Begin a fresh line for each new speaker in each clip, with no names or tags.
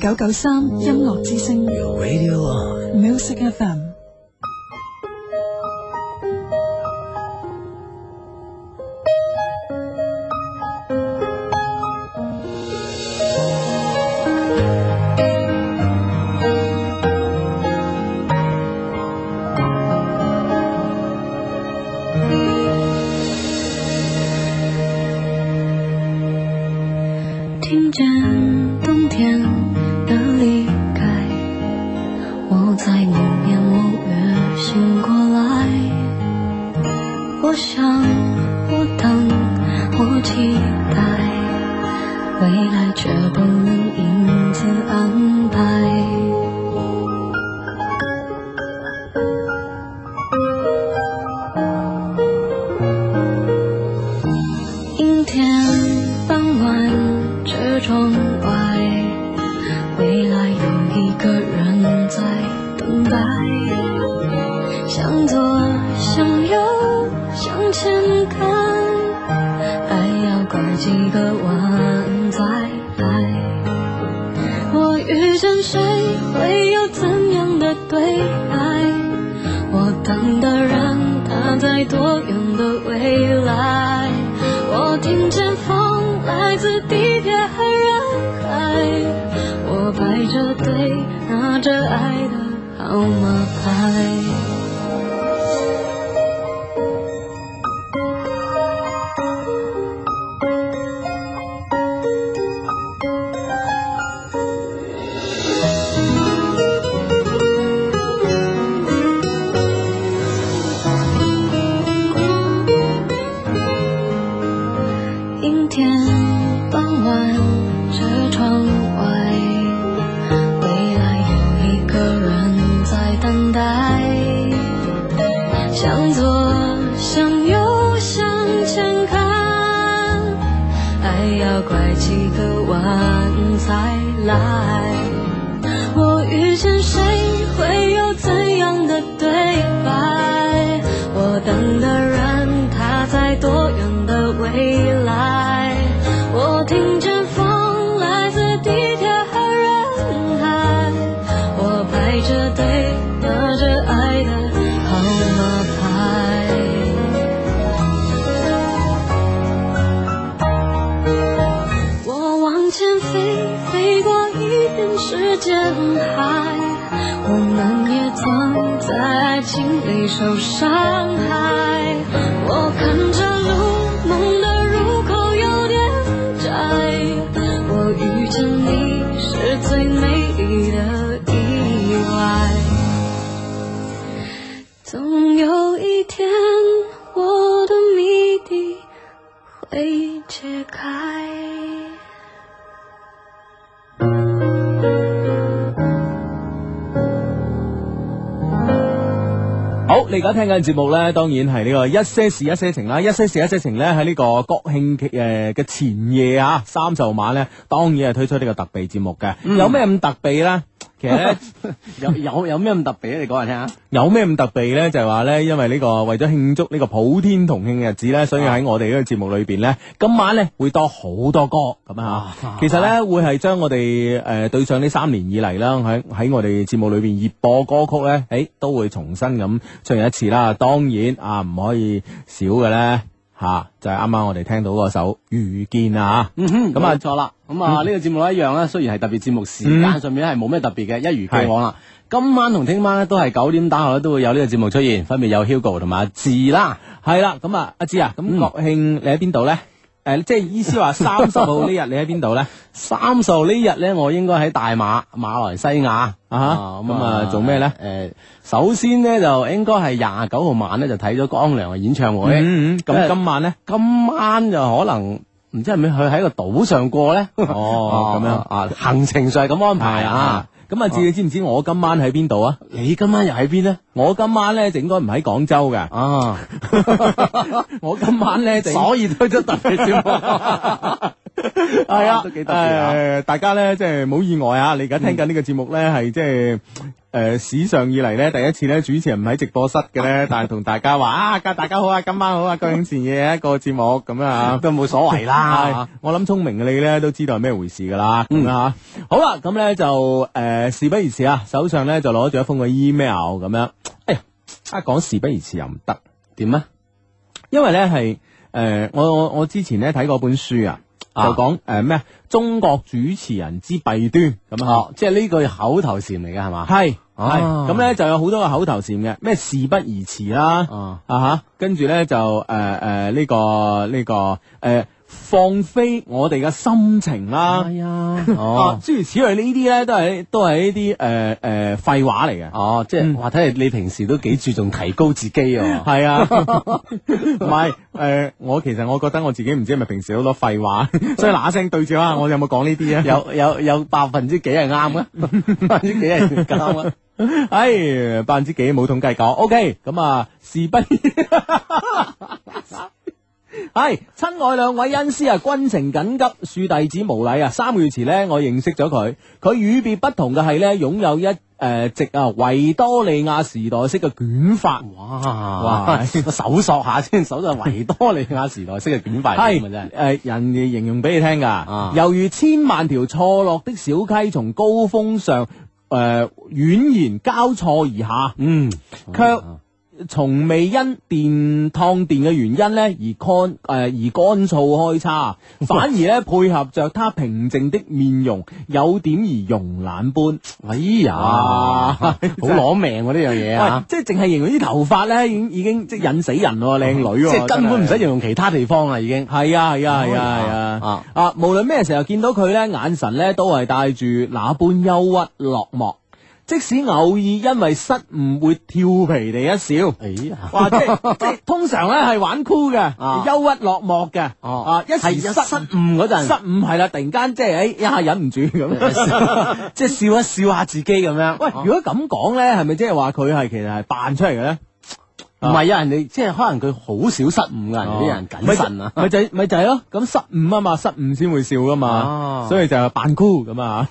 九九三音樂之聲
Your radio on.
Music FM。
听见冬天的离开，我在某年某月醒过来。我想，我等，我期待，未来却不能因此安排。阴天傍晚车窗外，未来有一个人在等待。向左，向右，向前看，还要拐几个弯再来。我遇见谁，会有怎样的对白？我等的人，他在多远的未来？我听见风来自地铁和人海，我排着队拿着爱的号码牌。阴天傍晚，车窗外，未来有一个人在等待。向左，向右，向前看，还要拐几个弯才来。我遇见谁，会有怎样的对白？我等的人，他在多远的未来？我听见风来自地铁和人海，我排着队拿着爱的号码牌。我往前飞，飞过一片时间海。我们也曾在爱情里受伤害。我看着路，梦的入口有点窄。我遇见你是最美丽的意外。总有一天，我的谜底会解开。
好，你而家聽緊嘅節目咧，當然係呢個一些事一些情啦，一些事一些情咧喺呢個國慶期誒嘅前夜啊，三十號晚咧，當然係推出呢個特備節目嘅。有咩咁特備咧？其實咧。
有有有咩咁特別咧？你講下聽啊下。
有咩咁特別呢？就係話呢，因為呢、個為咗慶祝呢個普天同慶嘅日子呢，所以喺我哋呢個節目裏邊呢，今晚呢會多好多歌咁啊！其實呢，會係將我哋誒、呃、對上呢三年以嚟啦，喺喺我哋節目裏邊熱播歌曲呢，誒、都會重新咁出現一次啦。當然啊，唔可以少嘅呢，嚇、就係啱啱我哋聽到嗰首《遇見》啊！
嗯哼，
咁
咁
啊
啊錯啦。咁啊呢個節目咧一樣啦，雖然係特別節目，時間上面咧係冇咩特別嘅，一如既往啦。今晚同聽晚咧都係九點打後咧都會有呢個節目出現，分別有 Hugo 同埋阿志啦。
係啦，咁啊，阿芝啊，咁
嗯
國慶你喺邊度呢？誒、即係意思話三十號呢日你喺邊度呢？
三十號呢日咧，我應該喺大馬馬來西亞啊
啊咁啊做咩咧？
誒，首先咧就應該係廿九號晚咧就睇咗光良嘅演唱會。
嗯嗯，
因
咁
為
今晚咧，
今晚就可能唔知係咪佢喺個島上過咧？
哦咁樣
啊，行程上係咁安排
係
啊
啊。。咁啊，至你知唔知我今晚喺邊度啊？
你今晚又喺邊咧？
我今晚咧就應該唔喺廣州嘅，
啊，
我今晚咧就
所以推出特別節目。
系啊，
都幾特別啊
誒大家咧即係唔好意外啊！你而家聽緊呢個節目咧，係即係诶史上以嚟咧第一次咧主持人唔喺直播室嘅 咧，但係同大家話啊，大家好啊，今晚好啊，究竟前夜一個節 目咁啊。
都冇所謂
係
啦。嗯
我諗聰明嘅你咧都知道係咩回事噶啦，咁啊，好啦，咁咧就诶事不宜遲啊，手上咧就攞住一封嘅 email 咁樣，哎呀，啊講事不宜遲又唔得。
點咧？
因为咧系诶，我我我之前咧睇過本書啊，就
啊
講诶咩啊中國主持人之弊端咁啊
哦，，即係呢句口頭禪嚟嘅係嘛？
係係
啊
咁咧就有好多嘅口頭禪嘅，咩事不宜遲啦，
啊，
啊吓，跟住咧就诶诶呢個呢個诶放飛我哋嘅心情啦。
係啊，
啊
哦，
諸如此類呢啲咧，都係都係呢啲誒誒廢話嚟嘅。
哦，即
嗯
係話睇嚟你平時都幾注重提高自己喎。
系啊，唔係诶，誒我其實我覺得我自己唔知係咪平時好多廢話，所以嗱嗱聲對住啊，我有冇講呢啲啊？
有有有百分之幾係 啱嘅，百分之幾係唔啱嘅。
哎，百分之幾冇統計過。OK，咁啊，事不宜 系，親愛兩位恩師啊，軍情緊急，恕弟子無禮啊！三個月前呢，我認識咗佢，佢與別不同嘅係呢，擁有一诶直啊維多利亞時代式嘅捲髮。
哇
哇
哇！搜索下先，搜索維多利亞時代式嘅卷髮
系
咁啊真係。
诶，人哋形容俾你聽噶
啊，
猶如千萬條錯落的小溪從高峰上诶蜿蜒交錯而下，
嗯，
卻從未因電烫電嘅原因呢而乾诶、而乾燥開 叉，反而呢配合着他平靜的面容，有點兒慵懶般。
哎呀， 好攞命喎呢樣嘢
喂
啊！，
即係淨係形容啲頭髮呢，已經已經即係引死人喎，靚女喎，
即係根本唔使
真係
形容其他地方啦，已經。
係啊係啊係啊係
哎呀
啊
啊
啊！無論咩時候見到佢呢，眼神呢都係帶住那般憂鬱落寞。即使偶爾因為失誤會調皮地一笑，
哎呀，
哇！即係 即係通常咧係玩酷嘅，
啊
憂鬱落寞嘅，啊
哦
一時
係
失
一失誤嗰陣
失誤係啦，突然間即係哎誒一下忍唔住 咁， 即係笑一笑下自己咁樣。喂，如果咁講咧，係咪即係話佢係其實係扮出嚟嘅咧？
唔係啊，人哋即係可能佢好少失誤噶，人哋啲人
咪
謹
就
慎啊。
哦咪就咪就係咯，咁失誤啊嘛，失誤先會笑噶嘛
哦，
所以就係扮酷咁 啊，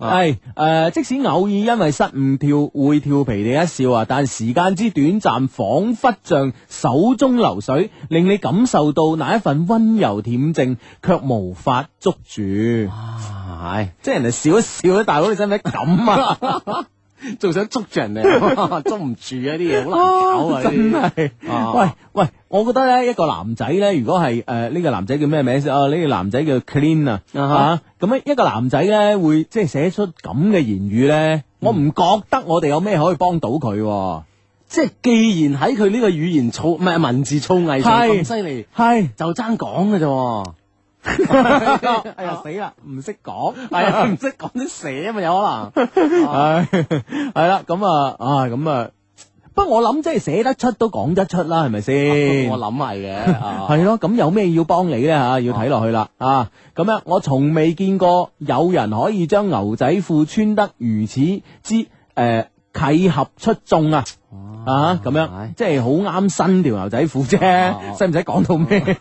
係誒，即使偶爾因為失誤跳會跳皮地一笑啊，但係時間之短暫，彷彿像手中流水，令你感受到那一份温柔恬靜，卻無法捉住。
係，
即係人哋笑一笑，大佬你使唔使咁啊？
仲想捉住人哋， 捉唔住啊！啲嘢好難搞啊！
真係，
啊
喂喂，我覺得咧一個男仔咧，如果係誒呢個男仔叫咩名先？哦，呢個男仔叫 Clean 啊，
啊哈
啊咁樣一個男仔咧會即係寫出咁嘅言語咧，我唔覺得我哋有咩可以幫到佢喎。
即係既然喺佢呢個語言造唔係文字造詣上
係
咁犀利，
係，
就爭講嘅啫喎。
哎呀死啦，唔識 講，
係啊，唔識講啲寫咪有可能。
唉，係啦，咁啊啊咁啊，不過我諗即係寫得出都講得出啦，係咪先？
我諗係嘅，啊
系咯，咁有咩要幫你呢？吓？要睇落去啦啊！咁樣我從未見過有人可以將牛仔褲穿得如此之诶、契合出眾啊！啊，咁樣
係
即係好啱新條牛仔褲
哦
啫，使唔使講到咩？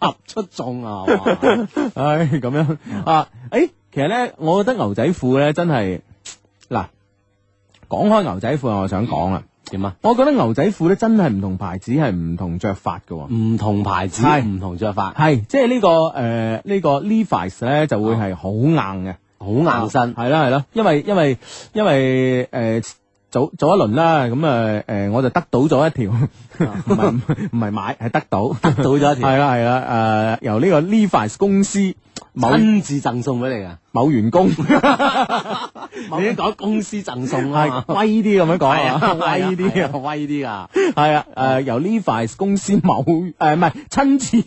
合出眾啊！哇
唉，咁樣啊，诶，其實呢，我覺得牛仔褲呢真係嗱，講開牛仔褲，我想講啊，
點啊？
我覺得牛仔褲呢真係唔同牌子係唔同着法噶。
唔同牌子，
係
唔同着法，
系，即係呢、個个诶呢、個 Levi's 咧就會係好硬嘅，
好硬身。
係啦係啦，因為因為因為诶。早早一輪啦，咁啊誒，我就得到咗一條，唔係唔 係唔係買，係得到，
到咗一條
係啦係啦，誒、由呢個 Levi's 公司某
親自贈送俾你啊！
某員工，
你已經講公司贈送
係
啦嘛，
威啲咁樣講
係
啊，威
威
啲
啲
啊
啊，，威啲啊！
係啊，誒由 Levi's 公司某誒唔係親自 誒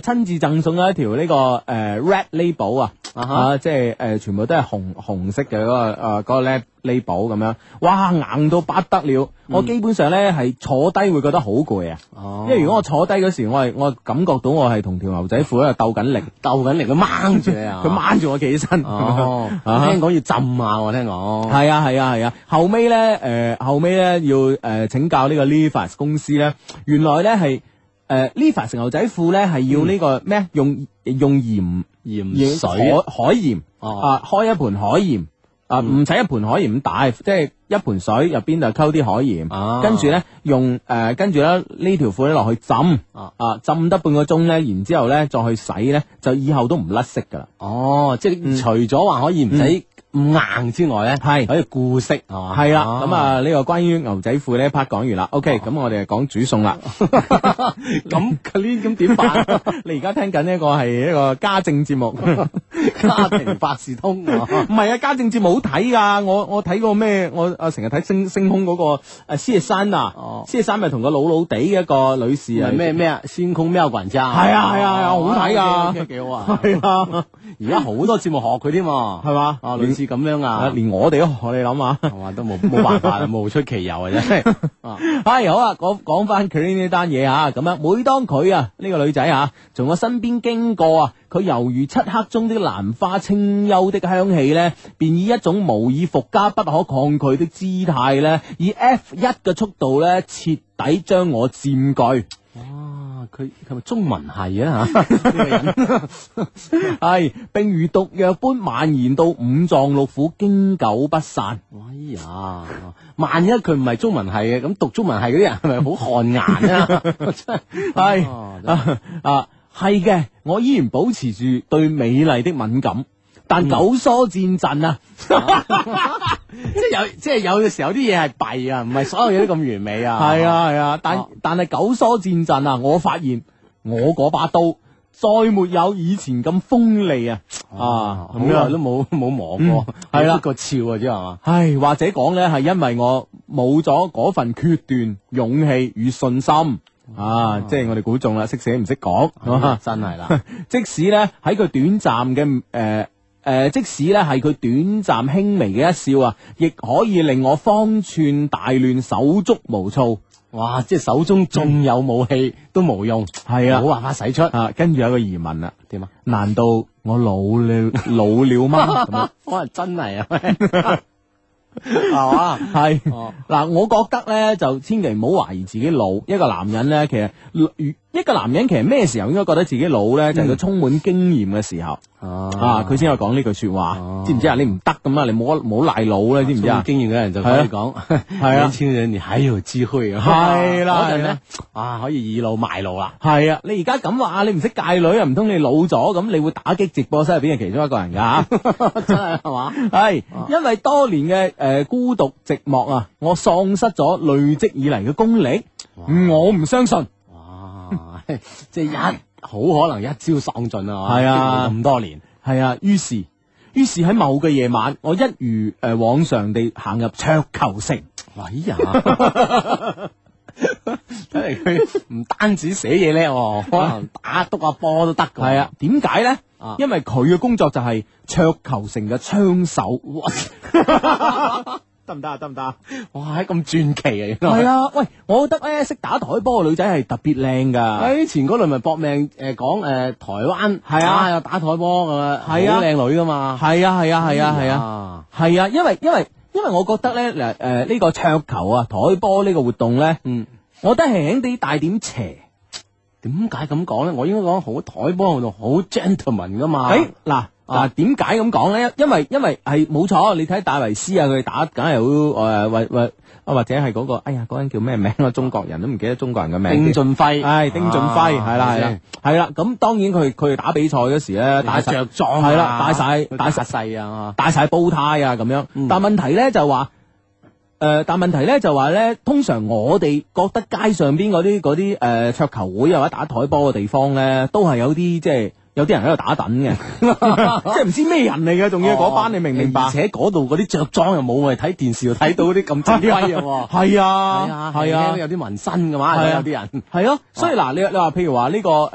親自贈送咗一條呢個誒 Red Label 啊，
啊哈
啊即係誒全部都係紅紅色嘅嗰個誒嗰個 Red Label 咁樣，哇硬到不得了！我基本上咧係坐低會覺得好攰啊，
嗯哦
因為如果我坐低嗰時，我係我感覺到我係同條牛仔褲喺度鬥緊力，
鬥緊嚟，佢掹住你啊！
佢掹住我企起身。
哦，
啊
聽講要浸下喎，聽講
系啊系啊系啊，後尾咧诶，呃后尾咧要诶、呃、请教呢個 Levi's 公司咧，原來咧係诶 l i v a 牛仔褲咧係要呢個咩用用鹽
嗯鹽水
海海鹽
哦嗯
啊，開一盤海鹽啊，唔使一盤海鹽咁大，即係一盤水入邊就溝啲海鹽。
啊
跟住咧用誒、呃跟住咧呢條褲咧落去浸
啊
啊，浸得半個鐘咧，然之後咧再去洗咧，就以後都唔甩色噶啦。
哦，即
嗯
係除咗話可以唔使咁硬之外 咧，
係
可以固色哦係嘛？
係啦，咁啊呢個關於牛仔褲呢一 part 講完啦。OK，咁
哦
我哋就講煮 餸啦。
咁呢咁 點辦？
你而家聽緊呢一個係一個家政節 目，唔
家庭百事通啊
係啊，家政節目好睇噶。我我睇過咩？我啊成日睇星星空嗰、個誒獅爺山啊
哦，
獅爺山咪同個老老地嘅一個女士啊
係，咩咩啊？先空喵管家
係啊係啊係啊好睇㗎
啊，OK，OK，幾 好啊！
係 啊，
而家好多節目學佢添喎，
係嘛？
啊，類似咁樣
啊，
啊，
連我哋都學你諗下。
係嘛都冇冇 辦法啦，無出其右啊真係。啊
系好啊，講講翻佢呢單嘢啊，咁樣每當佢啊呢、個女仔啊從我身邊經過啊，佢猶如漆黑中的蘭花清幽的香氣呢，便以一種無以復加、不可抗拒的姿態呢，以 F 一嘅速度呢，徹底將我佔據。
哇！佢係咪中文系啊？嚇呢個人
係並如毒藥般蔓延到五臟六腑，經久不散。
哎呀，萬一佢唔係中文系嘅，咁讀中文系嗰啲人係咪好汗顏啊？ 真
係
哦真
啊 啊，系嘅，我依然保持住對美麗的敏感，但
嗯
久疏戰陣啊。
哦 即係有，即係有嘅時候啲嘢係弊啊，唔係所有嘢都咁完美 啊。
系，啊系啊，但、
啊
但系九疏戰陣啊，我發現我嗰把刀再沒有以前咁鋒利啊
啊
啊，
好
咁
耐都
樣。
冇冇磨
嗯
過，
係啦
冇出個俏啊，啫係嘛。
唉，或者講呢，係因為我冇咗嗰份決斷、勇氣與信心啊！即係我哋估中啦，識寫唔識講，
啊真係啦，
即使咧喺佢短暫嘅誒誒，即使咧係佢短暫輕微嘅一笑啊，亦可以令我方寸大亂、手足無措。
哇！即係手中仲有武器都冇用，
係啊
冇辦法使出
啊，跟住有一個疑問啦，
點啊？
難道我老 了老了嗎？咁樣
可能真係啊，係嘛？
係
哦
嗱，我覺得咧就千祈唔好懷疑自己老。一個男人咧，其實如一個男人其實咩時候應該覺得自己老咧，
嗯
就係佢充滿經驗嘅時候啊，佢先有講呢句説話
哦，
知唔知啊？你唔得咁啊，你冇冇賴老咧，知唔知啊
有？經驗嘅人就可以講，
啊
年輕人你还有智慧啊！
係啦
嗰陣
係
咧
啦
啊，可以以老賣老啦。
係啊，你而家咁話啊，你唔識戒女啊，唔通你老咗咁，你會打擊直播室入邊嘅其中一個人 㗎真係係嘛？係，因為多年嘅誒、呃孤獨寂寞啊，我喪失咗累積以嚟嘅功力，嗯我唔相信。
哇！即係一好可能一招喪盡啊！
係啊
經過咁多年，
係啊，於是於是喺某個夜晚，我一如誒、呃往常地行入桌球城。
哎呀！睇嚟佢唔單止寫嘢叻喎，可能打督下波都得㗎喎。
啊係啊，點解呢？
啊
因為佢嘅工作就係桌球城嘅槍手。 得唔得啊？得唔得啊？
哇！咁傳奇啊，原來
系啊，喂，我覺得咧識打台波嘅女仔係特別靚噶，
喺哎前嗰輪咪搏命誒講誒台灣
係啊
又打台波咁啊，好
係啊
靚女噶嘛，
係啊係啊係啊係啊
啊，
係啊，因為因為因為我覺得咧嗱誒呢個桌球啊台波呢個活動咧，
嗯，
我覺得輕輕地帶點邪。
點解咁講咧？我應該講好台波運動好 gentleman 噶嘛，
誒嗱嗱點解咁講咧？因為因為係冇錯，你睇戴維斯啊，佢哋打梗係好誒或或啊或者係嗰個哎呀嗰個人叫咩名啊？中國人都唔記得中國人嘅名
丁
添。
俊暉，
唉，丁俊暉
啊
係啦係啦，係啦，咁當然佢佢哋打比賽嗰時咧，打
打
實
着裝
係啦戴晒戴
戴
晒
晒細啊，
戴晒煲呔啊咁樣。
嗯
但問題咧就話，诶、但問題咧就話咧，通常我哋覺得街上邊嗰啲嗰啲诶桌球會或者打台波嘅地方咧，都係有啲即係有啲人喺度打趸 嘅，即係唔知咩人嚟嘅，仲要嗰班你明唔明白
哦而？且嗰度嗰啲着裝又冇我哋睇電視又睇到嗰啲咁正規嘅喎。
係
係
啊，係啊
輕輕。有啲紋身噶嘛，
係啊
有啲人
係咯，所以嗱，你你話譬如話呢個誒誒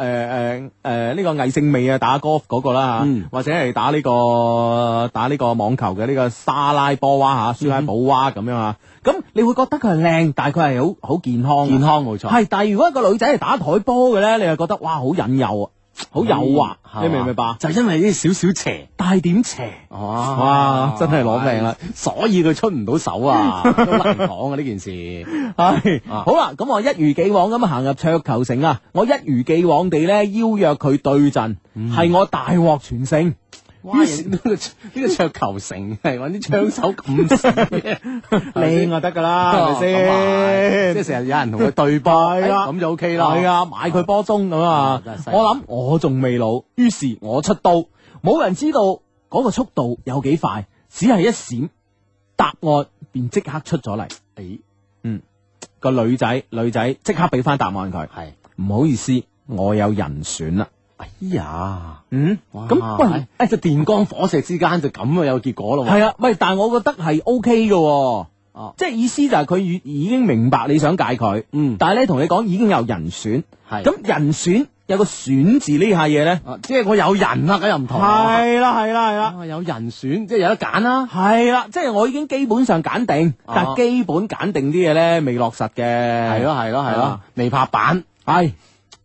呃誒呢個魏勝美啊打 golf 嗰個啦嚇
嗯，
或者係打呢個打呢個網球嘅呢個沙拉波娃嚇、舒拉保娃咁樣啊，咁你會覺得佢係靚，但係佢係好好健康啊，
健康冇錯。
係，但係如果一個女仔係打台波嘅咧，你又覺得哇好引誘啊，
好誘惑，係嘛
嗯你明唔明白哦
就因為呢少少邪，
帶點邪，
哇
哇真係攞命啦！
所以佢出唔到 手啊，都好難講啊呢件事。
系
啊
好啦，咁我一如既往咁行入桌球城啊，我一如既往地咧邀約佢對陣，係我大獲全勝。
嗯哇！
於
呢
是
個呢個桌球城係揾啲槍 手咁死嘅，
你我得噶啦，係咪
哦咁啊係
先？
即係成日有人 同佢對波，
係啦
哎咁就 OK 啦。
係啊，買佢波鐘咁啊
啊真係！犀利
我諗我仲未老，於是我出刀，冇人知道嗰個速度有幾快，只係一閃，答案便即刻出咗嚟。
哎，
個女仔女仔即刻俾翻答案佢，
係，
唔好意思，我有人選啦。
哎呀！
嗯，
哇
咁喂
哎，哎就電光火石之間就咁啊有結果咯喎。
系啊，喂，但系我覺得係 O K 嘅喎，
哦
即係意思就係佢已已經明白你想戒佢，
嗯，
但係咧同你講已經有人選，
係咁
咁人選有個選字呢下嘢咧，
啊，即係我有人啦，咁又唔同啊。
係啦係啦係啦。
啊有人選，即係有得揀啦。
係啦，啊即係我已經基本上揀定，
啊
但係基本揀定啲嘢咧未落實嘅。
係
係
咯，係咯，係咯
啊，
未拍板。
係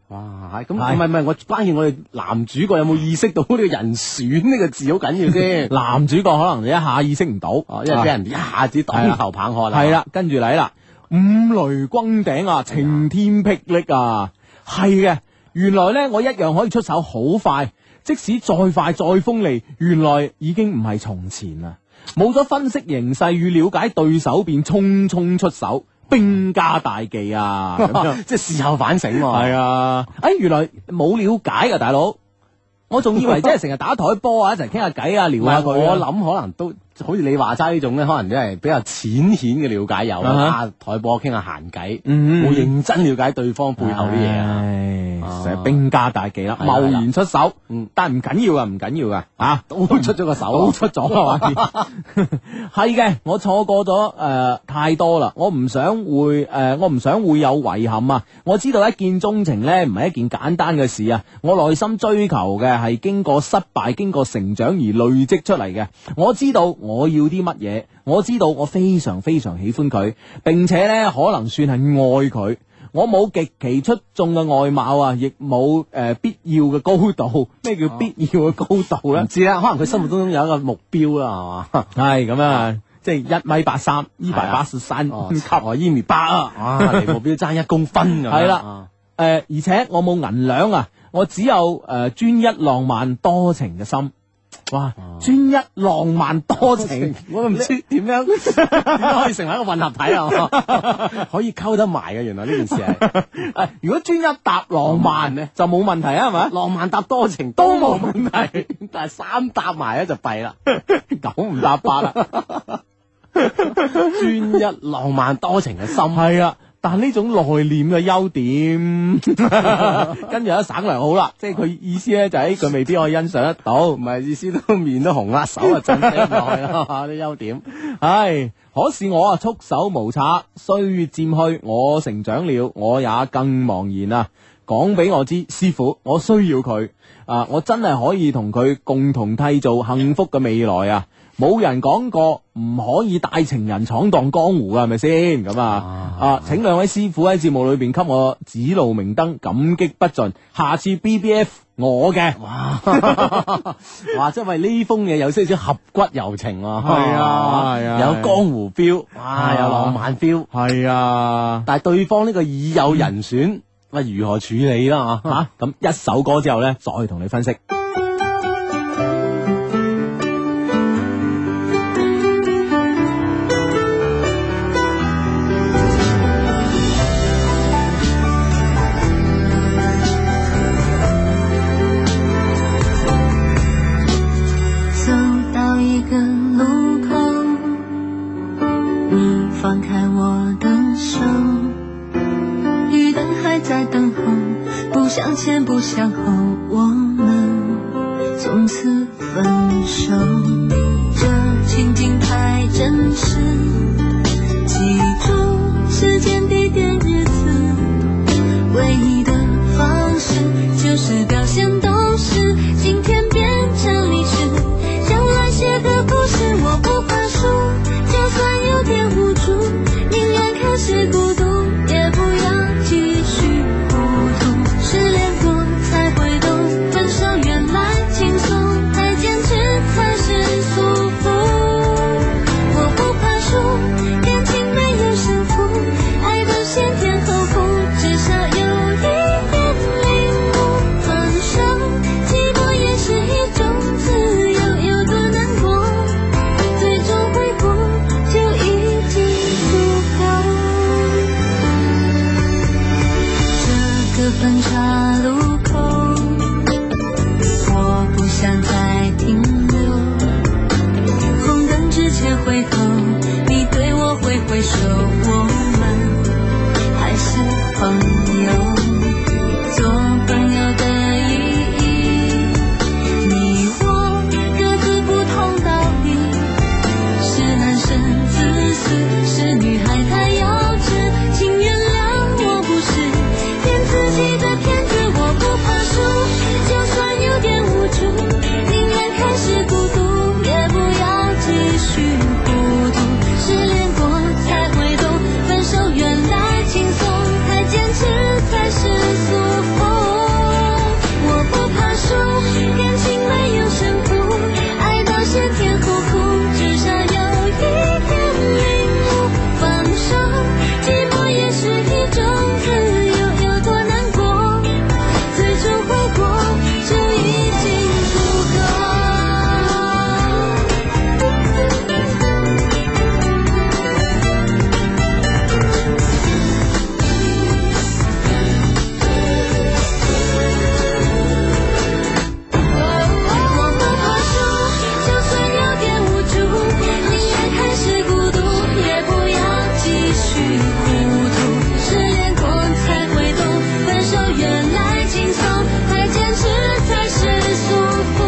哇，咁唔
係
係唔係，我關鍵我哋男主角有冇意識到呢個人選呢個字好緊 要先？
男主角可能一下意識唔到，
哦，因為俾人一下子擋頭棒喝啊啦。
啊係，啊啦，跟住嚟啦，五雷轟頂啊，晴天霹靂啊，係嘅。原來呢，我一樣可以出手好快，即使再快再鋒利，原來已經唔係從前啦。冇咗分析形勢與了解對手，便匆匆出手，兵家大忌啊！咁 樣
即係事後反省喎。
係啊，哎，原來冇了解噶，啊大佬，我仲以為即係成日打台波啊，一齊傾下偈啊，
唔
聊下
係，
佢啊。
我諗可能都好似你話齋呢種咧，可能真係比較淺顯嘅了解有，
啊哈
打台波傾下閒偈，
嗯
冇認真了解對方背後啲嘢啊。
唉
啊
成日兵家大忌啦，
係啦
貿然出手
嗯，
但唔緊要啊，唔緊要啊，啊，
都出咗個手啊，
都出咗啊， 話件係嘅，我錯過咗诶、呃太多啦，我唔想會诶、呃我唔想會有遺憾啊！我知道一見鍾情呢唔係一件簡單嘅事啊，我內心追求嘅係經過失敗、經過成長而累積出嚟嘅。我知道我要啲乜嘢，我知道我非常非常喜歡佢，並且呢可能算係愛佢。我冇極其出眾嘅外貌啊，亦冇誒必要嘅高度。 咩叫必要嘅高度呢
哦唔？知啊啦，可能佢心目中
啊
有一個目標啦， 係嘛？
系咁啊，即系 一米八三，一百八十三
哦
級。
我一米八啊，啊， 離目標爭一公分咁樣。
係啦
啊，
诶，而且我冇銀兩啊，我只有诶专一浪漫多情嘅心。哇，專一浪漫多情，
哦 我都唔知點樣點樣可以成為一個混合體啊， 可以溝得埋嘅，原來呢件事係
誒如果專一搭浪漫
哦
咧，就冇問題啊，係咪？
浪漫搭多情
都
都
冇
冇問題，但係三搭埋咧就 弊啦，
九唔搭八啦，
專一浪漫多情嘅心。
係啊。但呢種內斂嘅優 點，跟住有得省略好啦，即係佢意思咧就係哎佢未必可以欣賞得到
唔。係意思都面都紅啦，手啊震死唔落去啦， 啲優點。
唉，可是我啊束手無策，歲月漸去，我成長了，我也更茫然啊！講俾我知，師傅，我需要佢啊！我真係可以同佢共同締造幸福嘅未來啊！冇人講過唔可以帶情人闖蕩江湖啊，係咪先咁啊？啊，請兩位師傅喺節目裏邊給我指路明燈，感激不盡。下次 B B F 我嘅，
哇！ 哇！即係為呢封嘢有些少合骨柔情啊，
係啊係啊
有江湖標， 哇，
啊
有浪漫標，
係啊。
但係對方呢個已有人選，喂，如何處理啦？啊吓，
吓咁、一首歌之後呢，再同你分析。
走到一个路口，你放开我的手，绿灯还在等候，不向前不向后，我们从此分手。这情景太真实，记住时间、地点、日子。唯一的方式就是表现懂事，今天变成历史，将来写的故事我不怕输，就算有点无助，宁愿开始孤独，也不要继续糊涂。失恋过才会懂，会说我们还是朋友？做朋友的意义，你我各自不同道理。是男生自私，是女孩太幼稚，请原谅我不是骗自己的骗子，我不怕输，就算有点无助，宁愿开始孤独，也不要继续孤独。失恋过才会懂，分手原来轻松，太坚持才是苏风。我不怕输，感情没有胜负，爱到先甜后苦，至少有一天领悟，放手，寂寞也是一种自由，有多难过，最终回过就已经足够。我不怕输，就算有点无助，宁愿开始孤独，也不要继续糊涂。失恋过才会懂，分手原来轻松，太坚持才是束缚。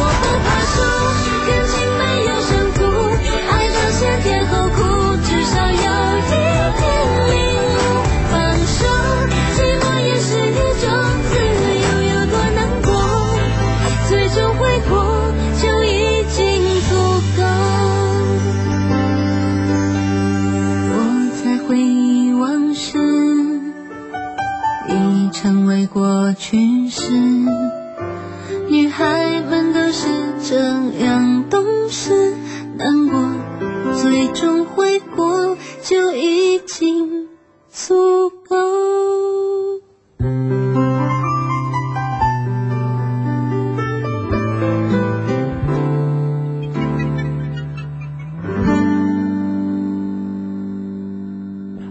我不怕输，感情没有胜负，爱到先甜后苦，至少有一天领悟，放手，寂寞也是一种自由，有多难过？最终回国就已经足够，我才回忆往事，已成为过去式。女孩们都是这样懂事，难过，最终回国就已经足够。
嗯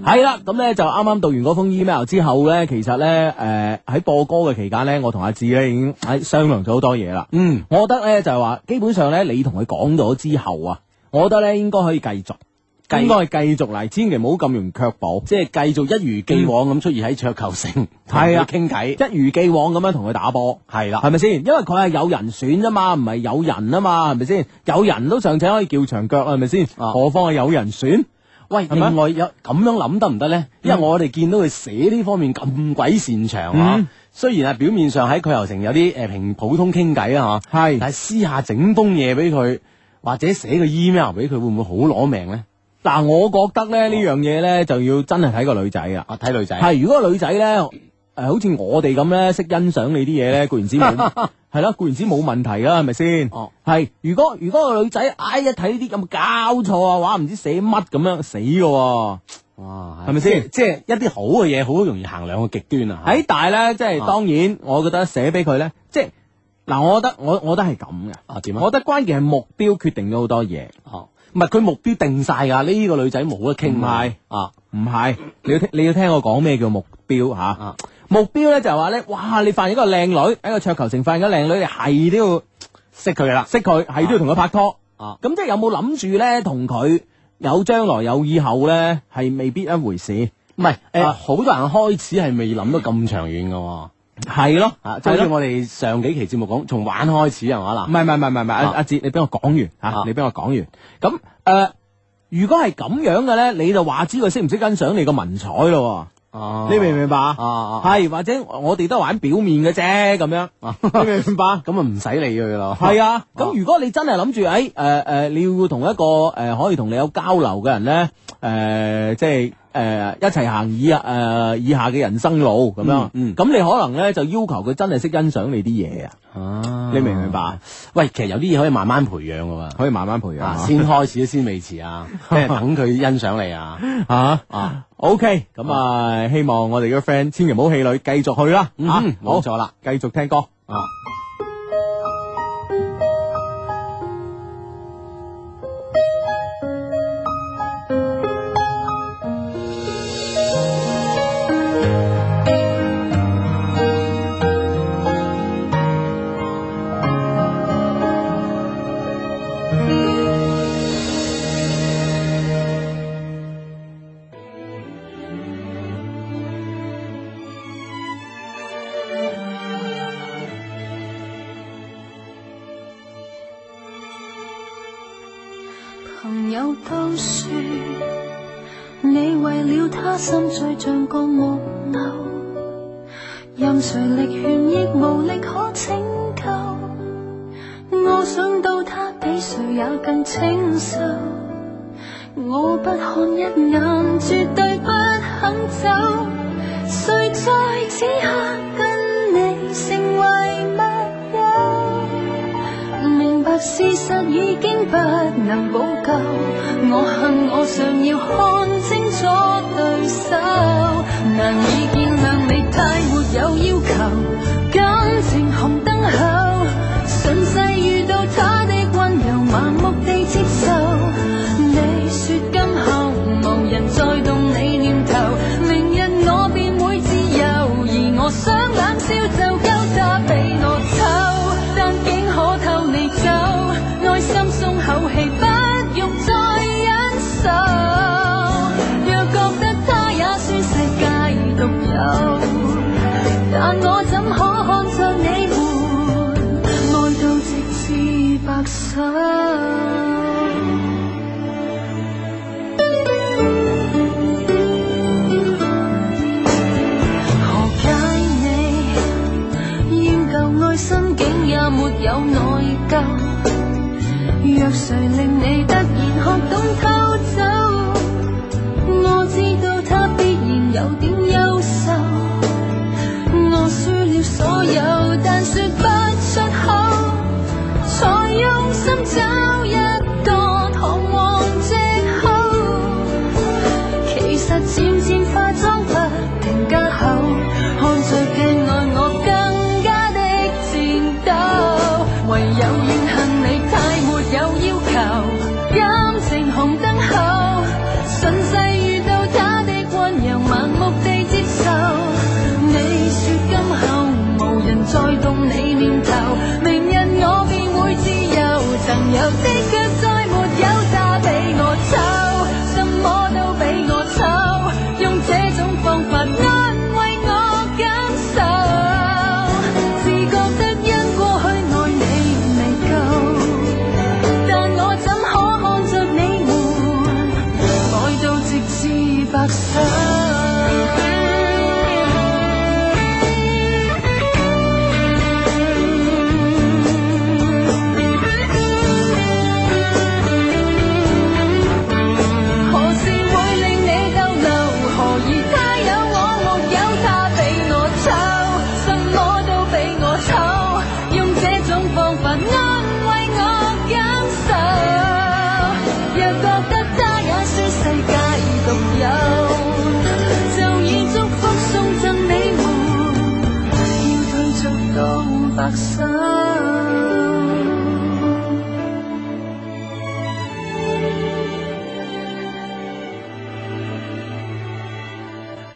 系啦，咁咧就啱啱讀完嗰封 email 之後咧，其實咧诶喺播歌嘅期間咧，我同阿志咧已經喺商量咗好多嘢啦。
嗯，
我覺得咧就係話，基本上咧你同佢講咗之後啊，我覺得咧應該可以繼續，
繼
應該係繼續嚟，千祈唔好咁容易卻步。
即係繼續一如既往咁出現喺桌球 城，
係啊
同佢傾偈，
一如既往咁樣同佢打波，
係
係
啦，
咪先？因為佢係有人選啫嘛，唔係有人啊嘛，係咪先？有人都尚且可以叫長腳啦，係咪先？
啊
何況係有人選？
喂，
係咪
另外有咁樣諗得唔得咧？因為我哋見到佢寫呢方面咁鬼擅長
嗯
啊，雖然係表面上喺佢遊城有啲誒平普通傾偈啊，嚇，
係
但係私下整封嘢俾佢，或者寫個 email 俾佢，會唔會好攞命咧？
嗱，我覺得咧呢樣嘢咧就要真係睇個女仔啊。
啊，睇女仔，
係，如果個女仔咧，誒、好似我哋咁咧，識欣賞你啲嘢咧，固然之 冇，係啦，固然之冇問題啦，係咪先？
哦，
係，如果如果個女仔，唉、一睇呢啲咁搞錯啊，話唔知寫乜咁樣，死嘅
哦
喎。
哇，
係咪先
即係即係一啲好嘅嘢，好容易行兩個極端啊！嚇
喺但係咧，即係
啊
當然，我覺得寫俾佢咧，即係嗱，我覺得我我覺得係咁嘅。
啊點啊？
我覺得關鍵係目標決定咗好多嘢，
哦，唔係佢目標定晒㗎，呢、個女仔冇得傾啊
唔係
啊，
唔係你要聽你要聽我講咩叫目標吓、
啊
目標咧就係話咧，哇！你發現一個靚女喺個桌球城發現一個靚女，你係都要
識佢㗎啦，
識佢，係都要同佢拍拖。
啊
咁即係有冇諗住咧同佢有將來有以後咧，係未必一回事。
唔係誒，
啊
好、多人開始係未諗到咁長遠㗎喎。
係咯，
啊，就好
係
似
咯。
我哋上幾期節目講，從玩開始係嘛
唔係唔係唔係唔係，阿
啊
阿哲，你俾我講完
啊
吓，你俾我講完。咁誒、呃如果係咁樣嘅咧，你就話知佢識唔識欣賞你個文采咯
嗱
喎？你明唔明白
啊
啊？
啊，
係或者我哋都係玩表面嘅啫，咁樣
啊
你明唔 明白？
咁啊唔使理佢咯。
係啊，
啊
咁如果你真係諗住，哎誒誒誒，你要同一個誒、可以同你有交流嘅人咧，誒、即係誒、一齊行以誒、以下嘅人生路咁樣，咁、
嗯
你
嗯
可能咧就要求佢真係識欣賞你啲嘢啊，
啊，
你明唔明白？啊？
喂，其實有啲嘢可以慢慢培養㗎
可以慢慢培
喎，
養
啊，
啊
先開始都先未 遲啊，即係等佢欣賞你啊。
啊
啊
，OK，咁啊，希望我哋嘅 friend 千祈唔好氣餒，繼續去啦，
嗯
啊
哼，
好
冇，錯啦。
繼續聽歌。
啊，
他心醉像個木偶，任誰力勸亦無力可拯救。我想到他比誰也更清秀，我不看一眼，絕對不肯走。誰在此刻跟你成為密友？明白事實已經不能補救，我恨我尚要看清楚對手，難以見諒你太沒有要求，感情紅燈後，順勢遇到他的溫柔，盲目地接受。你說今後無人再動你念頭，明日我便會自由，而我想冷笑就夠，他比我醜，但竟可透你走，內心鬆口氣，不用再忍受。若覺得他也算世界獨有，但我怎可看着你們愛到直至白首？何解你厭舊愛新境也沒有內疚？若誰令你突然學懂偷走，我知道他必然有點優秀。我輸了所有，但說不出口。才用心找一個堂皇藉口。其實漸漸化妝不停加厚，看着鏡內我更加的戰鬥。唯有怨恨你太沒有要求，感情紅燈後，順勢遇到他的溫柔，盲目地接受。你說今後無人再動你念頭，明日我便會自由。曾有的卻再沒有，他比我醜，什麼都比我醜，用這種方法安慰我感受。自覺得因過去愛你未夠，但我怎可看着你們愛到直至白首？何事會令你逗留？何以他有我沒有？他比我醜，什麼都比我醜，用這種方法安慰我感受。若覺得他也算世界獨有，就以祝福送贈你們，要退逐到白首。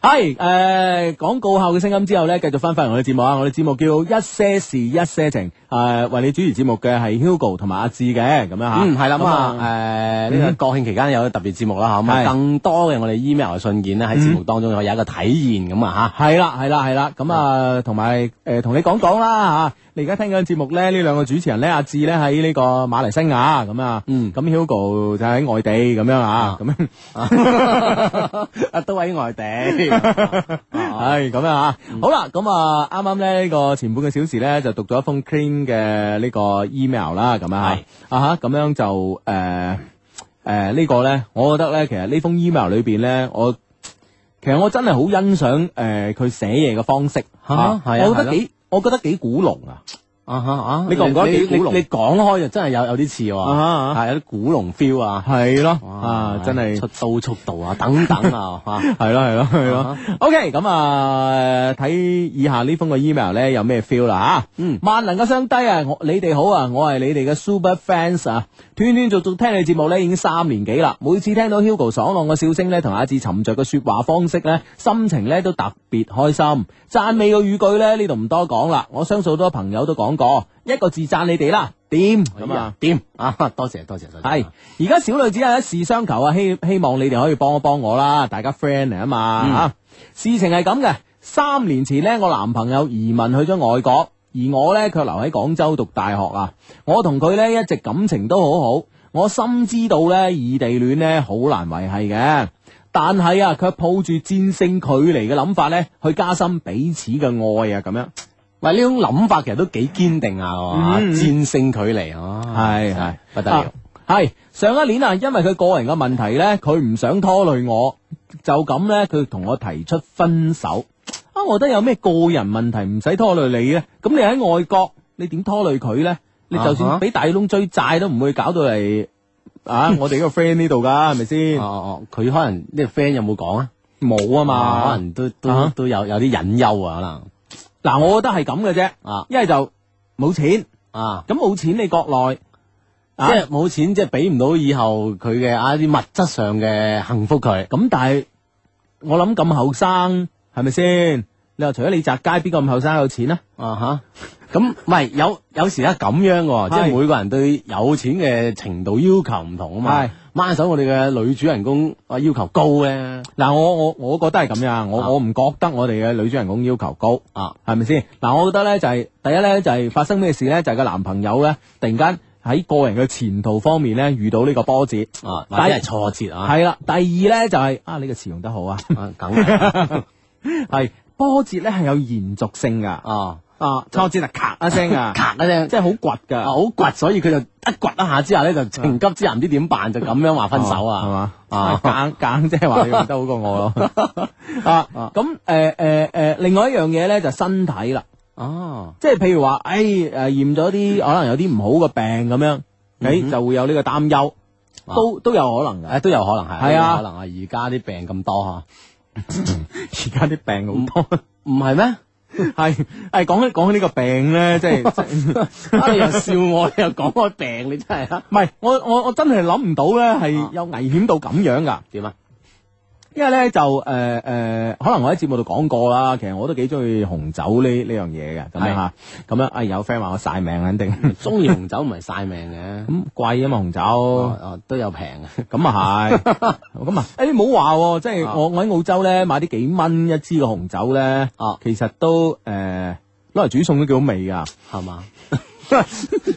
系诶，广、告後嘅聲音之後呢，繼續翻返嚟我哋節目啊！我哋節目叫一些事一些情，诶、為你主持節目嘅係 Hugo 同埋阿志嘅咁樣吓。
嗯，係啦，咁啊，诶，呢個國慶期間有特別節目啦，吓咁啊，
係嗯
更多嘅我哋 email 嘅信件呢，喺節目當中可以有一個體驗咁啊，
系啦，系啦，系啦，咁啊，同埋诶，同你講講啦吓，你而家聽緊節目咧，呢兩個主持人咧，阿志咧喺呢個馬來西亞咁啊，
嗯
咁 Hugo 就喺外地咁樣啊，咁樣
吓，啊，都喺外地，
系咁樣啊，
嗯
好啦，咁啊，啱啱咧呢個前半個小時咧就讀咗一封 clean 嘅呢個 email 啦，咁啊
係，
啊哈，咁樣就诶诶呢個咧，我覺得咧，其實呢封 email 裏边咧，我其實我真係好欣賞诶佢寫嘢嘅方式，
啊哈係啊
我覺
係
得
咯
幾，我覺得幾古龍啊。
啊哈啊，
你覺唔覺得
你
幾古龍
你你講開就真係有有啲似喎，
啊哈
係有啲古龍 feel 啊，
系咯，
哇
啊，真系
出刀速度啊，等等 啊，吓。
系咯系咯系咯
啊。
OK，咁啊，睇以下呢封嘅 email 咧有咩 feel 啦吓。啊
嗯
萬能嘅雙低啊，我你哋好啊，我係你哋嘅 super fans 啊，斷斷續續聽你節目咧已經三年幾啦，每次聽到 Hugo 爽朗嘅笑聲咧，同阿志沉着嘅说話方式咧，心情咧都特別開心。讚美嘅語句咧呢度唔多講啦，我相信好多朋友都講過，一個字讚你哋啦，掂咁
咁
啊
啊。，掂啊，多謝多謝多謝。
系，而家小女子有一事相求啊，希希望你哋可以幫一幫我啦，大家 friend 嚟啊嘛吓、事情係咁嘅，三年前呢，我男朋友移民去咗外國，而我呢，卻留喺廣州讀大學啊。我同佢呢，一直感情都好好，我深知道呢，異地戀呢，好難維係嘅。但係啊，卻抱住戰勝距離嘅諗法咧，去加深彼此嘅愛啊，咁樣
喂，呢種諗法其實都幾堅定下喎，啊
嗯
戰勝距離啊，
係
真
係
不得了。
係上一年啊，因為佢個人嘅問題咧，佢唔想拖累我，就咁咧，佢同我提出分手。啊，我覺得有咩個人問題唔使拖累你咧？咁你喺外國，你點拖累佢咧？你就
啊
算
哈
俾大窿追債都唔會搞到嚟 啊！我哋呢個 friend 呢度噶，係咪先？
哦哦，佢可能呢個 friend 有冇講啊？
冇啊嘛，
可能都都
啊
都有有啲隱憂啊，可能
嗱，我覺得係咁嘅啫，
啊
一係就冇錢，
啊，
咁冇錢你國內
即係冇錢，即係俾唔到以後佢嘅啊一啲物質上嘅幸福佢。
咁，但係我諗咁後生係咪先？你話除咗李澤楷，邊個咁後生有錢啊？
啊吓，咁唔係有有時咧咁樣嘅喎，即
係
係每個人對有錢嘅程度要求唔同啊
係
嘛。掹手我哋嘅女主人公啊要求高咧，
嗱，我我我覺得係咁樣，
啊
我我唔覺得我哋嘅女主人公要求高
啊，
係咪先？嗱，我覺得咧就係、第一咧就係、發生咩事咧，就係、個男朋友咧突然間喺個人嘅前途方面咧遇到呢個波折，
啊或
但
者
係
係挫折啊，
係啦、第二咧就係、啊呢、個詞用得好啊，
啊梗係
係波折咧係有延續性噶，
啊，
啊挫折就咔一聲啊。
咔一聲，
即係好倔
啊
噶，
好倔，所以佢就一倔一下之下咧，就情急之下唔知點辦，就咁樣話分手
哦係
啊，
嘛
啊
硬硬即係話你用得好過我 咯。啊
啊，
咁誒誒誒，另外一樣嘢咧就身體啦，
哦，
即係譬如話，誒誒驗咗啲可能有啲唔好嘅病咁樣，
嗯
誒
哼
就會有呢個擔憂，
啊
都都有可能
誒
嘅。
都有可能係，
係啊
都有 可能啊，而家啲病咁多
而家啲 病好多，
吓，唔係咩？
係係講起講起呢個病咧，即係即係
啊你又笑我，你又講我病，你真係啊，
唔係我我我真係諗唔到咧，係
啊
有危險到咁樣噶。
點啊？
因為咧就誒誒、呃呃可能我喺節目度講過啦，其實我都幾中意紅酒呢呢樣嘢嘅，咁樣嚇，咁樣啊有 friend 話我晒命肯定，
中意紅酒唔係晒命嘅，
咁貴啊嘛紅酒，
哦哦都有平嘅，
咁啊係，咁啊誒冇話喎，即 係
啊
我我喺澳洲咧買啲幾蚊一支嘅紅酒咧，
啊
其實都誒攞嚟煮餸都幾好味噶，
係嘛？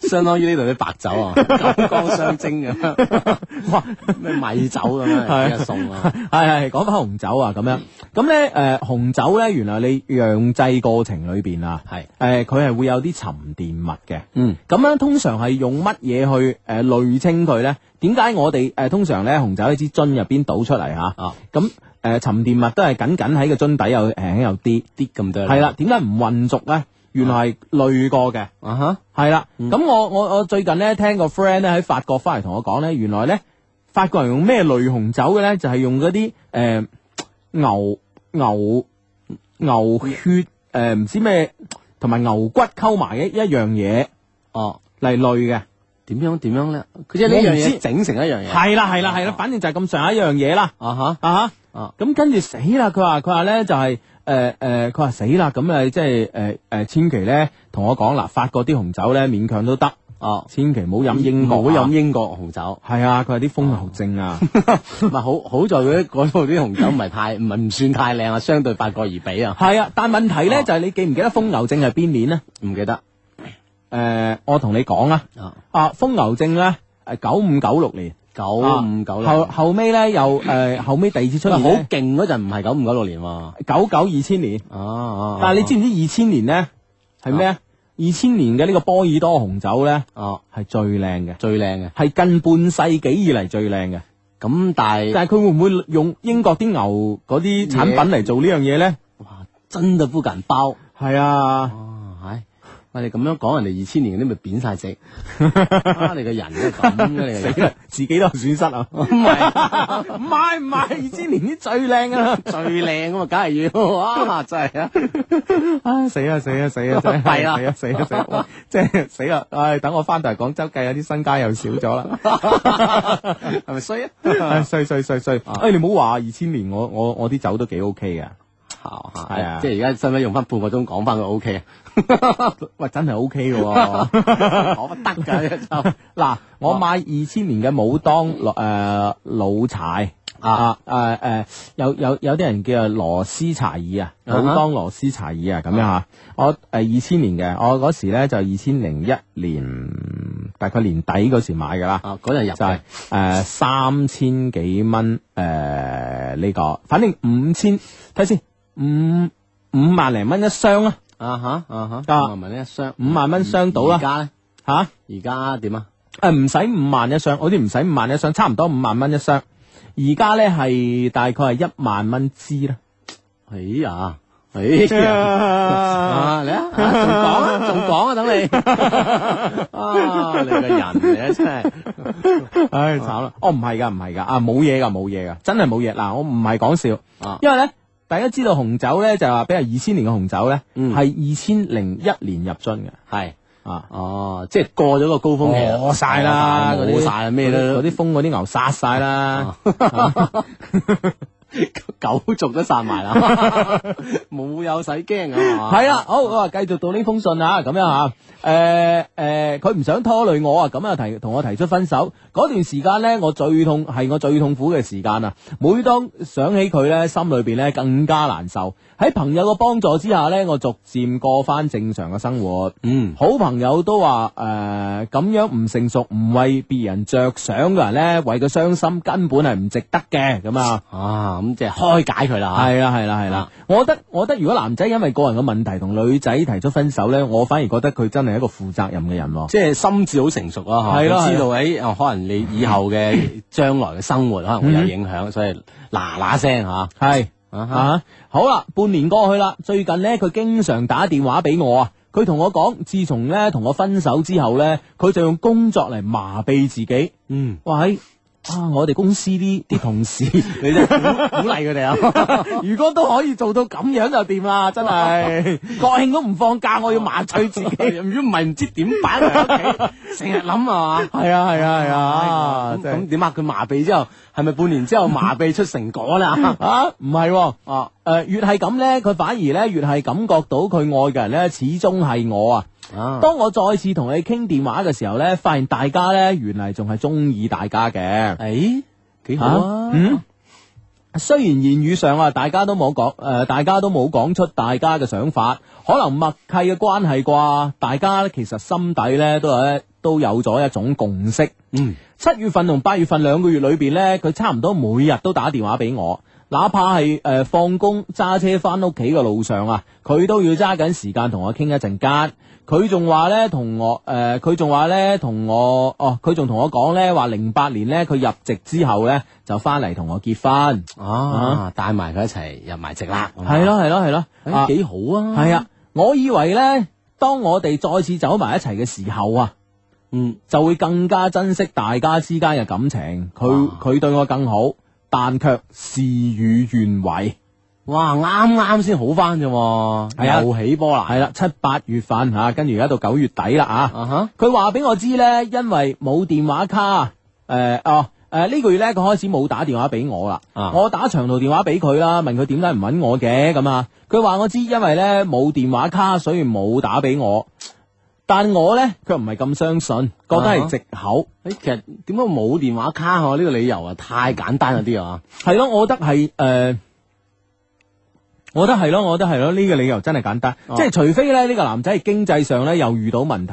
相當於呢度啲 白酒 啊，九江雙蒸咁，
哇！
咩米酒咁樣，一餸啊，
係係講翻紅酒啊，咁樣咁咧誒紅酒咧，原來你釀製過程裏邊啊，
係，
誒佢係會有啲沉澱物嘅。
嗯，
咁樣通常係用乜嘢去誒濾清佢呢？點解我哋誒、呃通常呢紅酒喺支樽入邊倒出嚟嚇？
啊
咁誒、呃沉澱物都係緊緊喺個樽底有輕輕有啲，
啲咁多，
係啦。，點解唔混濁呢？原來係濾過嘅，
啊哈，
係啦。
嗯
咁、我我我最近呢聽個 friend 呢喺法國翻嚟同我講呢，原來呢法國人用咩濾紅酒嘅呢？就係、用嗰啲誒牛牛牛血呃誒唔、知咩同埋牛骨溝埋一一樣嘢
哦，
嚟濾嘅。
點樣點樣咧？佢即係呢樣
我唔知
嘢整成一樣嘢，
系啦系啦系啦，反正就係咁上下一樣嘢啦，
啊哈，
啊
啊
哈，咁跟住死啦！佢話佢話咧就係诶诶，誒佢話死啦！咁啊即係诶诶，誒千祈咧同我講啦，法國啲紅酒咧勉強都得，
哦，
千祈唔好飲英
英
國
國
啊
飲。英國紅酒。
係啊，佢話啲風牛症 啊，
唔係好好在佢嗰度啲紅酒唔係太唔係唔算太靚啊，相對法國而比啊，
係啊，但問題咧就係你記唔記得風牛症係邊年呢？
唔記得
诶，我同你講啊，
啊，
啊風牛症咧诶九五九六年，
九五九
啊後
六，
後尾咧又诶後尾第二次出
喂
現
好
呢
勁嗰陣唔係九五九六年喎，啊
九九二千年。
啊，
但系你知唔知二千年呢？係咩啊？二千年嘅呢個波爾多紅酒呢，
哦
係最靚嘅，
最靚嘅，
係近半世紀以嚟最靚嘅。
咁但係
但係佢會唔會用英國啲牛嗰啲產品嚟做呢樣嘢呢？
哇真嘅不緊包，
係啊，
哇係。喂，你咁樣講人哋二千年嗰啲咪貶 晒值，啊你個人都咁嘅你個人
死啦，自己都有損失啊！
唔係
唔係唔係，二千年啲最靚噶 啦！
最靚啊嘛，梗係要 哇真係啊，
唉，死啦死啦死啦死 啦！
弊啦
死啦死啦死啦！哇即係死啦！唉，等我翻到嚟廣州計下啲身家又少咗 啦。
係 咪衰啊？
唉衰衰衰衰！
啊
唉，你唔好話二千年，我我我啲酒都幾 OK 嘅。係啊
即係而家使唔使用翻半個鐘講翻佢 O K 啊？
喂，真係 O K 嘅喎。
我得㗎，
嗱，我買二千年嘅武當誒、呃老柴
啊
啊誒誒、呃有有有啲人叫做羅斯柴爾啊，
啊哈
武當羅斯柴爾啊，咁樣嚇。我誒二千年嘅，我嗰時咧就二千零一年，大概年底
Ờ,
嗰時買㗎啦，呃
啊嗰陣入
就係誒三千幾蚊誒诶呃呢個，反正五千睇先五五萬零蚊一箱啦，
啊哈啊
啊
哈，文文呢一箱
五萬蚊箱到啦
而家咧，
吓
而家點啊？
诶呃唔使五萬一箱，好似唔使五萬一箱，差唔多五萬蚊一箱。而家咧係大概係一萬蚊支啦。
哎呀，哎呀，啊你啊，啊仲講 啊，仲講啊，等你啊，你個人嚟啊，真係
唉，
Ờ.
慘啦！哦，唔係㗎，唔係㗎，啊冇嘢㗎，冇嘢㗎，真係冇嘢。嗱，我唔係講笑，
啊
因為咧，大家知道紅酒咧就話，比如二千年嘅紅酒咧，
嗯
係二千零一年入樽嘅，
係
啊，
哦，即係過咗個高峰期啦，
餓晒啦，嗰
哦啊冇
啲
晒啦，咩都
嗰
啊
啲風嗰啲牛殺晒啦，
狗族都殺埋啦，冇有使驚啊嘛，
係啦，好，我話繼續到呢封信啊，咁樣啊，誒誒，佢唔想拖累我啊，咁啊提同我提出分手，嗰段時間咧，我最痛係我最痛苦嘅時間啊，每當想起佢咧，心裏邊咧更加難受，喺朋友嘅幫助之下咧，我逐漸過翻正常嘅生活。
嗯。
好朋友都話誒咁樣唔成熟，唔為別人着想嘅人咧，為佢傷心根本係唔值得嘅咁啊！
啊，咁即係開解佢啦，
係啦係啦係啦
啊，
我覺得我覺得如果男仔因為個人嘅問題同女仔提出分手咧，我反而覺得佢真係一個負責任嘅人喎。
即係心智好成熟啦，嚇
係啦
佢知道喺哦可能你以後嘅將來嘅生活可能會有影響，所以嗱嗱聲嚇，
係
啊哈
啊，好啦，半年過去啦，最近咧佢經常打電話俾我啊。佢同我講，自從咧同我分手之後咧，佢就用工作嚟麻痹自己。
嗯，
喂，啊，我哋公司啲啲同 事，
你真係鼓鼓勵佢哋啊，
如果都可以做到咁樣就掂啦，真 係國慶都唔放假，我要麻醉 自己。
如果唔係唔知點擺
啊
喺屋 企，成日諗啊嘛。
係啊係啊係？
咁咁點啊？佢麻痹之後，係咪半年之後麻痹出成果 啦
啊，唔係喎。
哦，
诶、越係咁呢，佢反而呢，越係感覺到佢愛嘅人呢，始終係我啊！
啊，
當我再次同你傾電話嘅時候呢，發現大家呢，原嚟仲係中意大家嘅。
誒幾好啊，
嗯。雖然言語上啊，大家都冇講，誒、大家都冇講出大家嘅想法，可能默契嘅關係啩，大家其實心底呢，都有一都有咗一種共識。
嗯，
七月份同八月份兩個月裏邊呢，佢差唔多每日都打電話俾我，哪怕係誒、呃放工揸車翻屋企嘅路上啊，佢都要揸緊時間同我傾一陣間。佢仲話呢，同我誒，佢仲話呢，同我哦，佢仲同我講呢，話零八年呢，佢入籍之後呢，就翻嚟同我結婚。
啊，帶埋佢一齊入埋席啦，咁啊
係，咯係咯係咯，啊
誒幾好啊，
係啊，我以為呢，當我哋再次走埋一齊嘅時候啊。
嗯，
就會更加珍惜大家之間嘅感情。佢
啊
佢對我更好，但卻事與願違。
哇，啱啱先好翻啫喎，
係啊
又起波啦，
係啦，七八月份吓，跟住而家到九月底啦啊！
啊哈，
佢話俾我知呢，因為冇電話卡，诶、哦。诶，呢、個月呢，佢開始冇打電話俾我啦。
啊
我打長途電話俾佢啦，問佢點解唔揾我嘅咁啊？佢話我知，因為呢冇電話卡，所以冇打俾我。但我呢，佢唔係咁相信，覺得
啊
係藉口。
誒，哎其實點解冇電話卡啊？呢個理由啊，太簡單咗啲啊，
系咯，我覺得係诶、呃我覺得係咯，我覺得係咯，呢、個理由真係簡單，
哦
即係除非咧呢、個男仔係經濟上咧又遇到問題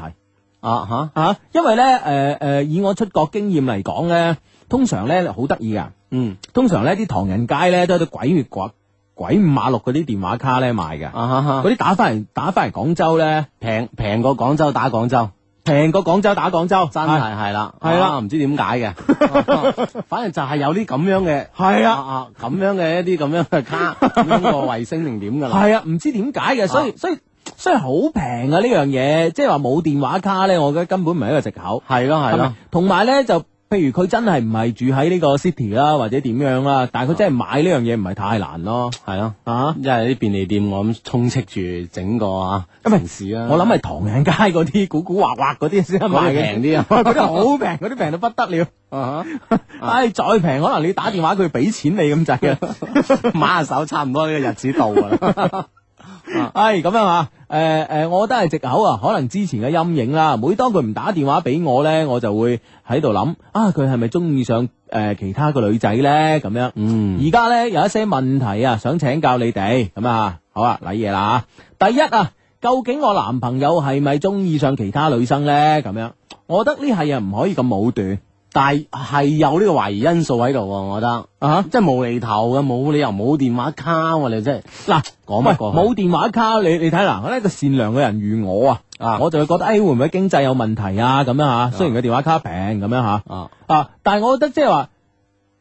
啊哈，
啊，因為咧诶诶呃以我出國經驗嚟講咧，通常咧好得意噶，
嗯，
通常咧啲唐人街咧都有啲鬼鬼鬼五馬六嗰啲電話卡咧賣嘅，
啊哈
嗰
哈，
啲打翻嚟打翻嚟廣州咧
平平過廣州打廣州，
平過廣州打廣州，
真係係啦，
係啦
啊唔知點解嘅， 反正就係有啲咁樣嘅，
係啊。
啊咁樣嘅一啲咁樣嘅卡，咁樣個衛星定點㗎啦，啊
系啊，唔知點解嘅，所以所以所以好平啊呢樣嘢，即係話冇電話卡咧，我覺得根本唔係一個藉口。
係咯係
係
咯
咪，？同埋咧就。譬如佢真係唔係住喺呢個 city 啦，或者點樣啦，但係佢真係買呢樣嘢唔係太難咯，
係咯。
啊！
因為啲便利店我咁充斥住整個啊
因為
城市啊，
我諗係唐人街嗰啲古古惑惑嗰啲先得
嗰
賣
啲
嘅
平，啲啊
喂嗰啲好平，嗰啲平到不得了。
啊 哈。
唉，再平可能你打電話佢要俾錢你咁滯啊嘅。
馬下手差唔多呢個日子到啊噶啦。
唉，咁樣啊，誒、誒、我覺得係藉口啊，可能之前嘅陰影啦。每當佢唔打電話俾我咧，我就會喺度諗啊，佢係咪中意上誒、其他嘅女仔咧？咁樣。
嗯，
而家呢，有一些問題啊，想請教你哋咁啊，好啊，嚟嘢啦啊第一啊，究竟我男朋友係咪中意上其他女生呢？咁樣，我覺得呢係啊唔可以咁武斷。
但係係有呢個懷疑因素喺度喎，我覺得啊，即係無厘頭嘅，冇理由冇電話卡喎，你真係
嗱，
講
喂
乜過去
冇電話卡，你你睇嗱，呢個善良嘅人如我啊，
啊
我就會覺得誒、哎、會唔會經濟有問題啊咁樣嚇，雖然個電話卡平咁樣嚇，
啊，
啊，但係我覺得即係話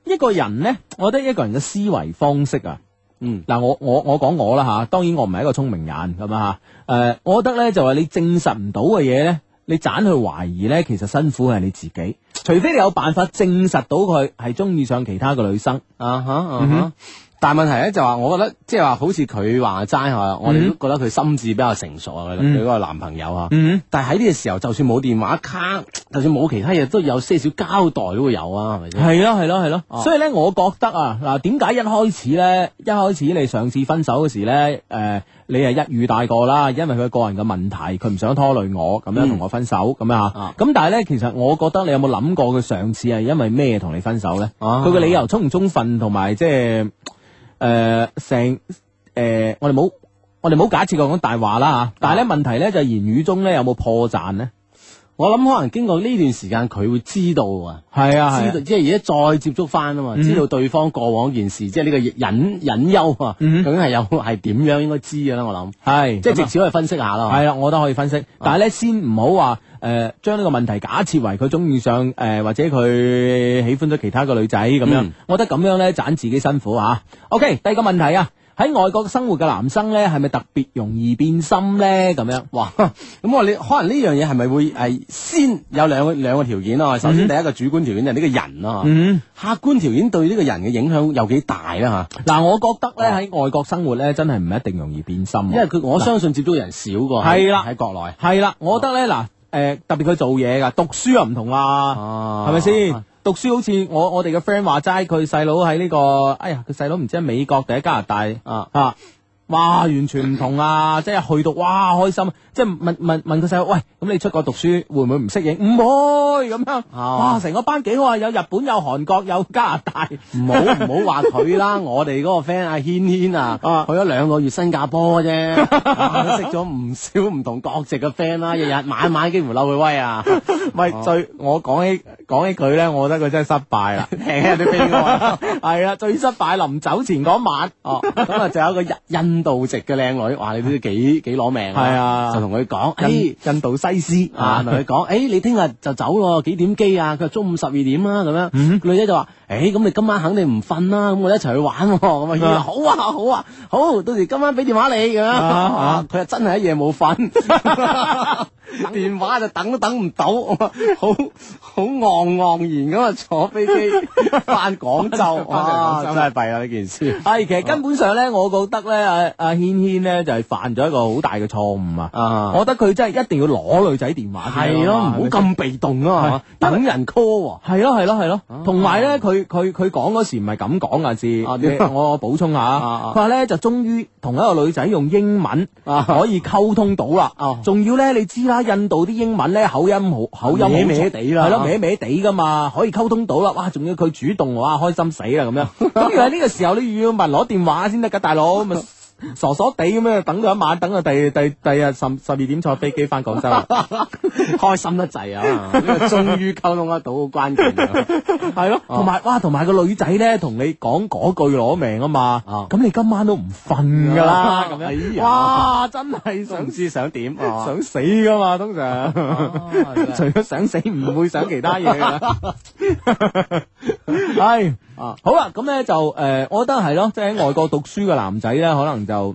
一個人呢，我覺得一個人嘅思維方式啊。
嗯
嗱，我我我講我啦吓，當然我唔係一個聰明人咁啊吓，誒、我覺得咧就係你證實唔到嘅嘢咧，你盞去懷疑咧，其實辛苦係你自己，除非你有辦法證實到佢係中意上其他嘅女生，
啊哈啊
嗯
哈
哼。
但係問題咧就話，我覺得即係話，好似佢話齋嚇，我哋都覺得佢心智比較成熟啊，佢
嗯
佢嗰個男朋友啊。
嗯，
但係喺呢個時候，就算冇電話卡，就算冇其他嘢，都有些少交代都會有啊，係咪先？
係咯係咯係咯，
哦
所以咧我覺得啊，嗱點解一開始咧，一開始你上次分手嗰時咧，誒、你係一語帶過啦，因為佢個人嘅問題，佢唔想拖累我，咁樣
嗯
同我分手咁樣
啊
啊，咁但係咧其實我覺得你有冇諗過佢上次係因為咩同你分手咧？
啊
佢嘅理由充唔充分，同埋即係誒成誒，我哋冇我哋冇假設佢講大話啦嚇，但係
啊
咧問題咧就係言語中咧有冇破綻咧？
我諗可能經過呢段時間，佢會知道啊，
係啊
知道即係而家再接觸翻啊嘛，
嗯
知道對方過往件事，即係呢個隱隱憂啊，
嗯啊
究竟係有係點樣應該知嘅啦，我諗，
係即
即係啊
係
至少去分析下啦。
係啦，我都可以分析，但係咧先唔好話誒將呢個問題假設為佢中意上誒、呃或者佢喜歡咗其他嘅女仔咁樣，
嗯
我覺得咁樣咧盞自己辛苦嚇、OK，第二啊個問題啊，喺外國生活嘅男生咧係咪特別容易變心咧？咁樣
哇！咁我你可能呢樣嘢係咪會係先有兩個兩個條件咯？首先第一個主觀條件就係呢個人啊咯，
嗯。
客觀條件對呢個人嘅影響有幾大啦嚇？
嗱，我覺得咧喺外國生活咧，真係唔一定容易變心
因為
喎。
佢我相信接觸嘅人少過
嗯
喺
係啦
喺國內，
係啦，我覺得咧嗱，誒特別佢做嘢噶，讀書又唔同啦，
哦
係咪 先？讀書好似我我哋嘅 friend 話齋，佢細佬喺呢個，哎呀，佢細佬唔知喺美國定喺加拿大
啊
啊，哇，完全唔同啊！ 即係去到哇開心，啊即係問問問佢細佬，喂，咁你出國讀書會唔會唔適應？唔會咁樣，
哦
哇，成個班幾好啊，有日本，有韓國，有加拿大，
唔好唔好話 佢啦，我哋嗰個 friend 阿軒軒啊，
啊
去咗兩個月新加坡啫，哇啊都識咗唔少唔同國籍嘅 friend 啦，日日晚晚幾乎嬲佢威啊，
唔係最我講起講起佢咧，我覺得佢真係失敗 啦。
平啊啲悲哀。
係啊，最失敗臨走前嗰晚，
哦， 咁啊，就有一個印印度籍嘅靚女，哇！你都幾幾攞命
係啊
就同佢哎講，誒
印印度西施
啊，同佢 講，誒你聽日就走咯，幾點機啊？佢話中午十二點啦，咁樣。個女仔就話，誒咁你今晚肯定唔瞓啦，咁我哋一齊去玩喎。咁啊，佢話
啊
好啊，好啊，好，到時今晚俾電話你咁樣。
啊
哇
啊
佢啊真係一夜冇 瞓，電話就等都等唔到，啊好好昂昂然咁啊坐飛 機翻廣州，哇！
啊
真
真
係
係
弊啦呢件事。
係，哎其實根本上咧，我覺得啊咧，阿阿軒軒咧就係犯咗一個好大嘅錯誤啊！
啊
我覺得佢真係一定要攞女仔電話先
係
得
咯，
啦
唔
嘛
好咁被動啊，
係因為
等人 call
係咯係咯係咯，同埋咧佢佢佢講嗰時唔係咁講啊，志
啊點啊，
你我補充下
啊
啊，佢話咧就終於同一個女仔用英文
啊
可以溝通到
哦
啦，仲要咧你知啦，印度啲英文咧口音好口音好
歪歪地啦
係咯歪歪地噶嘛，可以溝通到啦，哇，仲要佢主動，哇，開心死啦咁 樣，咁原來呢個時候你要問攞電話先得噶，大佬咪。 傻傻地咁樣等咗一晚，等到第第第日十十二點坐飛機翻廣州啦，
喎， 開心得滯啊！呢個終 於溝通得到，好關鍵 啊。
係咯，同埋哇，同埋個女仔咧，同你講嗰句攞命啊嘛，
啊
咁你今晚都唔瞓噶啦，咁
哎
樣，
呀
哇，真係想
唔知想 點啊
想死噶嘛，通常
真係，
除咗想死，唔會想其他 嘢噶啦，係
啊，
好啦，咁咧就誒，我覺得係咯，即係喺外國讀書嘅男仔咧，可能就。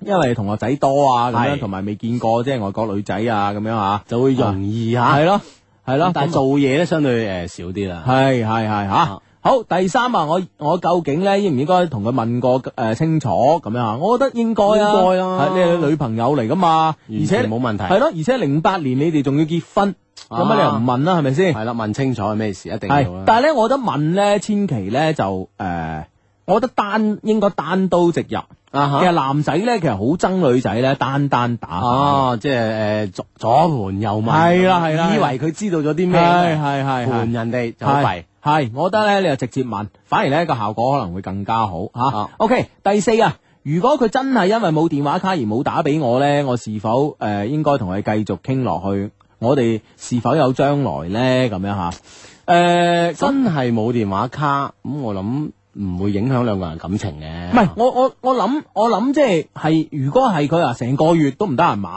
因為同學仔多啊，咁
係
樣同埋未見過即係外國女仔啊，咁樣吓，
就會容易嚇。
係咯係咯，
但係
咁
做嘢咧相對誒少啲啦。
系系系
啊
吓。好，第三啊，我我究竟咧應唔應該同佢問過誒、呃清楚咁樣啊？我覺得應該啊，
應該啦
係你係女朋友嚟噶嘛，而
完
且
全冇問題啊
係咯，而且零八年你哋仲要結婚，有乜理由唔問啊啦？係咪先？
係啦，問清楚係咩事一定要啊
係，
啦。
但係咧，我覺得問咧，千祈咧就誒、呃我覺得單應該單刀直入。
啊
其
嚇
實男仔咧，其實好憎女仔咧，單單打打。
哦，即係誒左左盤右問，
係啦係啦
以為佢知道咗啲咩，
係係係係
盤人哋就好
係
弊。
係，我覺得咧，你就直接問，反而咧個效果可能會更加好吓。
啊
OK，第四啊，如果佢真係因為冇電話卡而冇打俾我咧，我是否誒、呃、應該同佢繼續傾落去？我我哋是否有將來咧？咁樣吓，诶、咁
真啊係冇電話卡，咁我諗唔會影響兩個人感情嘅。
唔係，我我我諗我諗即係係，如果係佢話成個月都唔得閒買，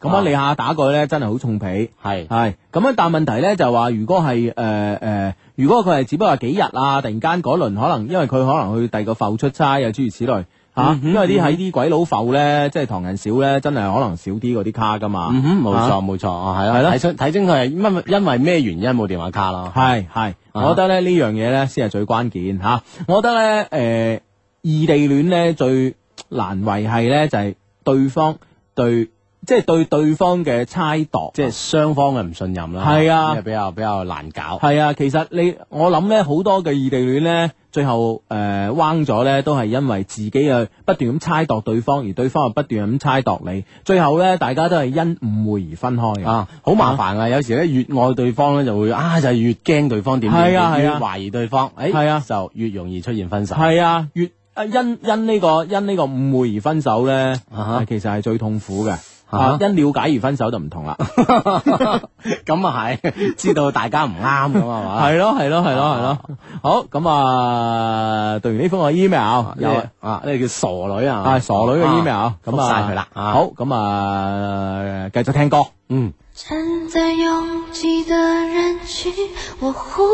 咁
啊
樣你下打佢咧，真係好重皮。
係
係咁樣，但問題咧就係話，如果係誒誒，如果佢係只不過係幾日啊，突然間嗰輪可能因為佢可能去第二個埠出差啊，諸如此類嚇，
嗯哼
因為啲喺啲鬼佬埠咧，即係唐人少咧，真係可能少啲嗰啲卡噶嘛。
嗯哼，冇
啊
錯冇錯，哦係
係咯
啦，睇清睇清佢係因因為咩原因冇電話卡咯。
係係，
啊
我覺得咧呢樣嘢咧先係最關鍵吓、我覺得咧诶、呃異地戀咧最難維係咧就係對方對，即係對對方嘅猜度，
即係雙方嘅唔信任啦，
係啊
呢個比較比較難搞。
係啊。其實你我諗咧好多嘅異地戀咧，最後诶彎咗咧都係因為自己嘅不斷咁猜度對方，而對方又不斷咁猜度你，最後咧大家都係因誤會而分開嘅。
啊，好麻煩啊！有時咧越愛對方咧，就會啊就係越驚對方點點
係啊
點，越
係啊
懷疑對方，誒
係啊
就越容易出現分手。
係啊，越啊因因呢、個因呢個誤會而分手咧，
哈
其實係最痛苦嘅。
啊哈
啊，因了解而分手就唔同啦。
咁啊係，知道大家唔啱咁啊嘛。
係咯，係咯，係咯，係咯。好，咁啊，讀完呢封我 email
有
又
啊，呢個叫傻女啊，
啊傻女嘅 email，
咁
咁
啊，
啊
晒佢啦。啊
好，，咁啊，繼續聽歌。
嗯，
站在拥挤的人群，我忽然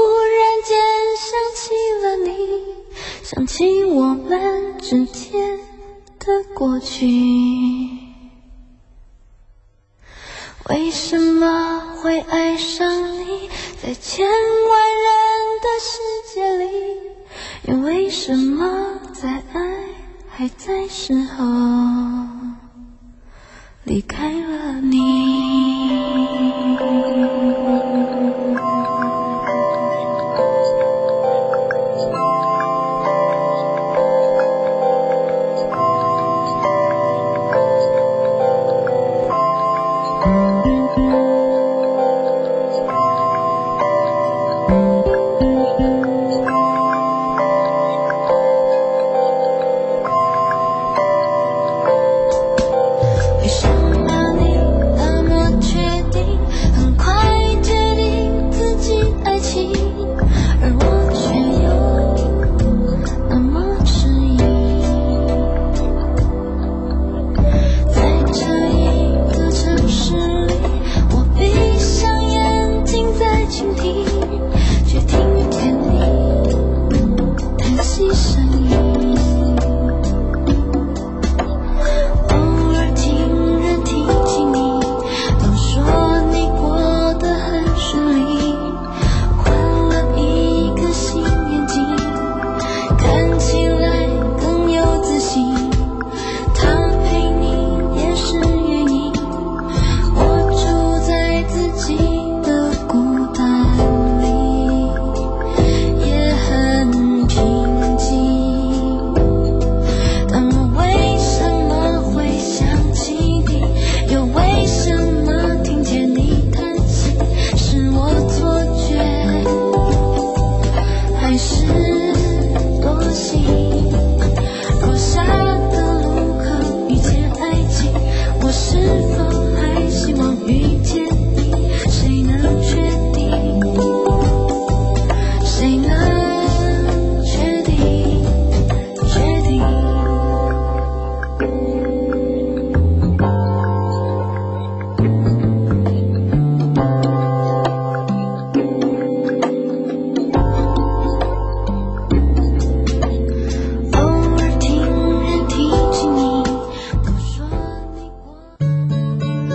间想起了你，想起我们之间的过去。为什么会爱上你？在千万人的世界里，又为什么在爱还在时候离开了你？为什么你那么确定，很快决定自己爱情，而我却又那么迟疑？在这一个城市里，我闭上眼睛在倾听，却听见你叹息声音。偶尔听人提起你，都说你过得很顺利，换了一个新眼睛，看起来更有自信。他陪你也是原因，我住在自己的孤单里，也很平静。但我为什么会想起你？又为什么听见你叹息？是我错觉，还是多心？若下个路口遇见爱情，我是否还希望遇见你？谁能确定？谁能确定？决定。偶尔听人提起你，都说你过。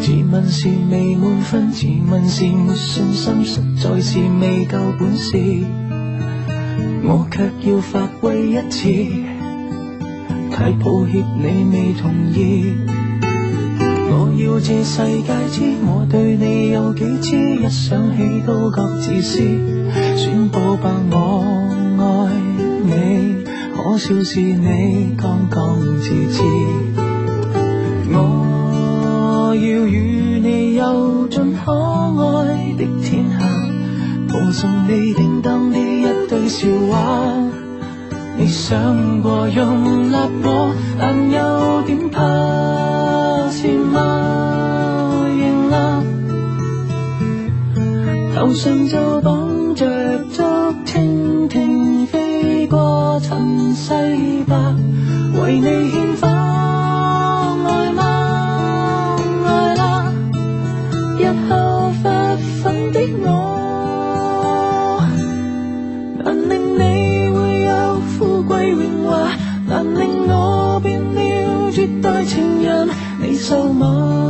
自問是未滿分，自問是沒信心，實在是未夠本事。我卻要發威一次，太抱歉你未同意。我要這世界知我對你有幾痴，一想起都覺自私，宣佈吧我愛你，可笑是你剛剛自知。我要與你遊盡可愛的天下，奉送你叮當呢一堆笑話。
你想過容納我，但有點怕，是嗎？認啦，頭上就綁着竹蜻蜓飛過塵世吧，為你獻花，愛嗎？愛啦，日後發奮的我。難令你會有富貴榮華，難令我變了絕代情人，你受嗎？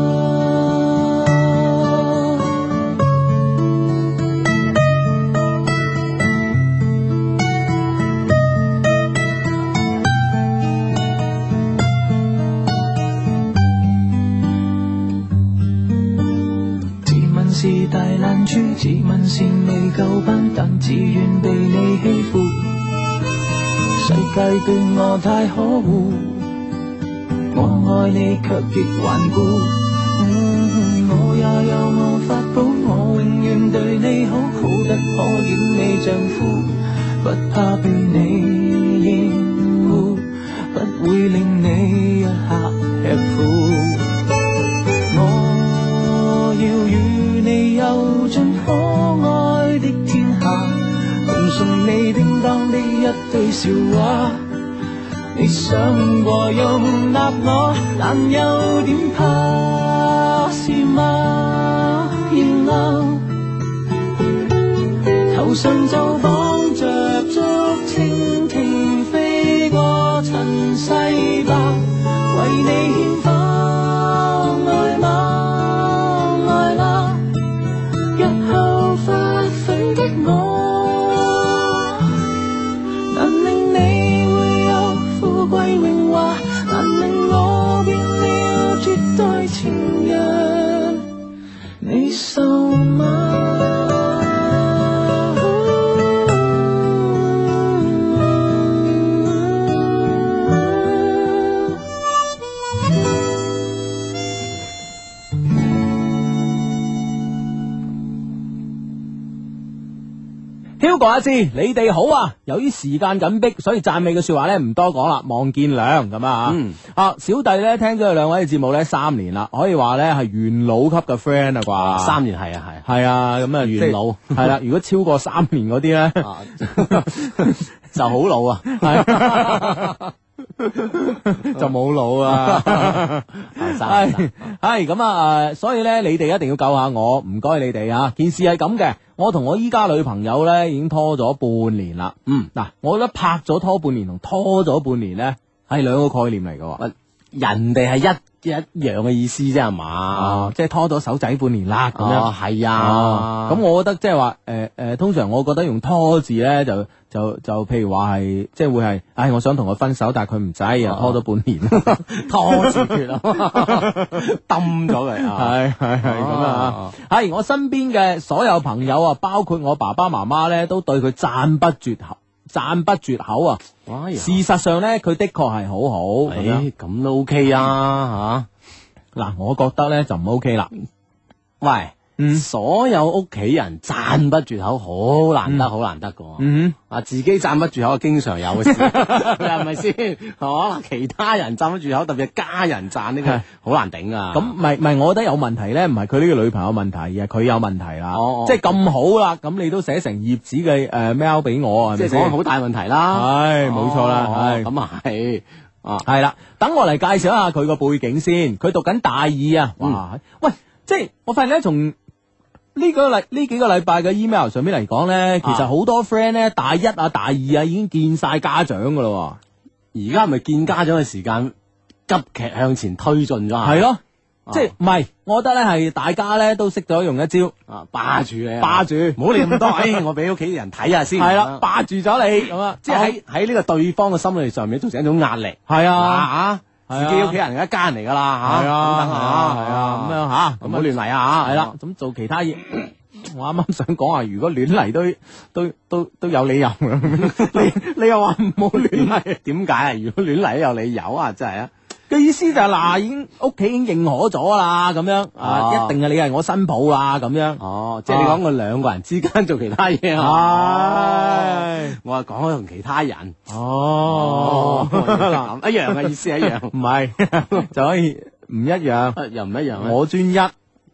自問是大懶豬，自問是未夠班，但自願被你欺負。世界對我太可惡，我愛你卻極頑固。嗯我也有我法寶，我永遠對你好，好得可厭你丈夫，不怕被你厭惡，不會令你一刻吃苦。我要與你遊盡可愛的天下，同送你叮當的一堆笑話。你想過容納我，但有點怕，是嗎？然後頭上就綁着竹蜻蜓飛過塵世吧，為你獻花，愛嗎？愛嗎？日後發奮的我，難令你會有富貴榮華，難令我變了絕代情人，你受嗎？
Hugo 阿志，你哋好啊！由於時間緊迫，所以讚美嘅说話咧唔多講啦，望見諒咁啊！
嗯
啊，小弟咧聽咗佢兩位嘅節目咧三年啦，可以話咧係元老級嘅 friend 啊啩。
三年係啊係啊。
系啊，咁啊
元老
系 啦，如果超過三年嗰啲咧，
啊就好老啊，
啊 就冇腦啊。
生
系系咁啊！誒所以咧，你哋一定要救下我，唔該你哋啊！件事係咁嘅，我同我依家女朋友咧已經拖咗半年啦。
嗯，
嗱，我覺得拍咗拖半年同拖咗半年咧係兩個概念嚟嘅喎。
喂人哋係一一樣嘅意思啫，係嘛？
啊，即係拖咗手仔半年啦咁樣。
哦，係啊
啊，，咁我覺得即係話誒誒，通常我覺得用拖字咧就就就譬如話係即係會係，唉，我想同佢分手，但係佢唔制，
啊
又拖咗半年，
拖住佢咯，抌咗佢啊，
啊 係係係咁啊
哦！
係我身邊嘅所有朋友啊，包括我爸爸媽媽咧，都對佢讚不絕口，讚不絕口啊！
哎呀哎
事實上咧，佢的確係好好咁樣。
誒咁都 OK
嗯
啊
嗱，我覺得咧就唔 OK 啦。
吓，喂。
嗯
所有屋企人讚不絕口，好難得，
嗯
好難得噶。
嗯
啊，自己讚不絕口，經常有嘅 事，你係咪先？係嘛？其他人讚不住口，特別係家人讚呢
係
個好難頂啊。
咁咪咪，我覺得有問題咧，唔係佢呢個女朋友問題，而係佢有問題啦。
哦哦
即係咁好啦，咁你都寫成頁紙嘅誒 mail 俾我，係
即
咪
係
先？
講好大問題啦。
係冇錯啦，
哦
係
咁啊係啊，
係啦。等我嚟介紹一下佢個背景先。佢讀緊大二啊，
嗯
哇！喂，即係我發現咧，從呢個禮呢幾個禮拜嘅 email 上面嚟講
啊
咧，其實好多 friend 咧，大一啊、大二啊已經見晒家長噶咯
而家係咪見家長嘅時間急劇向前推進咗
喎，
啊？
係咯，
啊，
即係唔係？我覺得咧係大家咧都識咗用一招
啊霸住你啊，
霸住，
唔好理 咁多。哎，我俾屋企人睇下先。啊
系啦，，霸住咗你咁啊，
即係喺喺呢個對方嘅心理上面造成一種壓力。
系啊，
啊，
係啊
自己屋企人一家人嚟噶啦，
係
吓，
啊
等
係啊
等嚇
咁樣嚇咁
唔好亂嚟啊，
系啦，咁做其他 嘢。我啱啱想講啊，如果亂嚟都都都都有理由 嘅，你你又話唔好亂嚟，
嚇，點解啊？如果亂嚟有理由啊，真係啊，
嘅意思就係嗱，已經屋企已經認可咗啦，咁樣啊，
哦
一定係你係我新抱啦，咁樣。
哦，即係你講過兩個人之間做其他嘢啊？
係，
我話講開同其他人，
哦，
哦 一樣嘅意思係一樣，
唔係 就可以唔一樣。
又唔一樣啊咩？
我專一，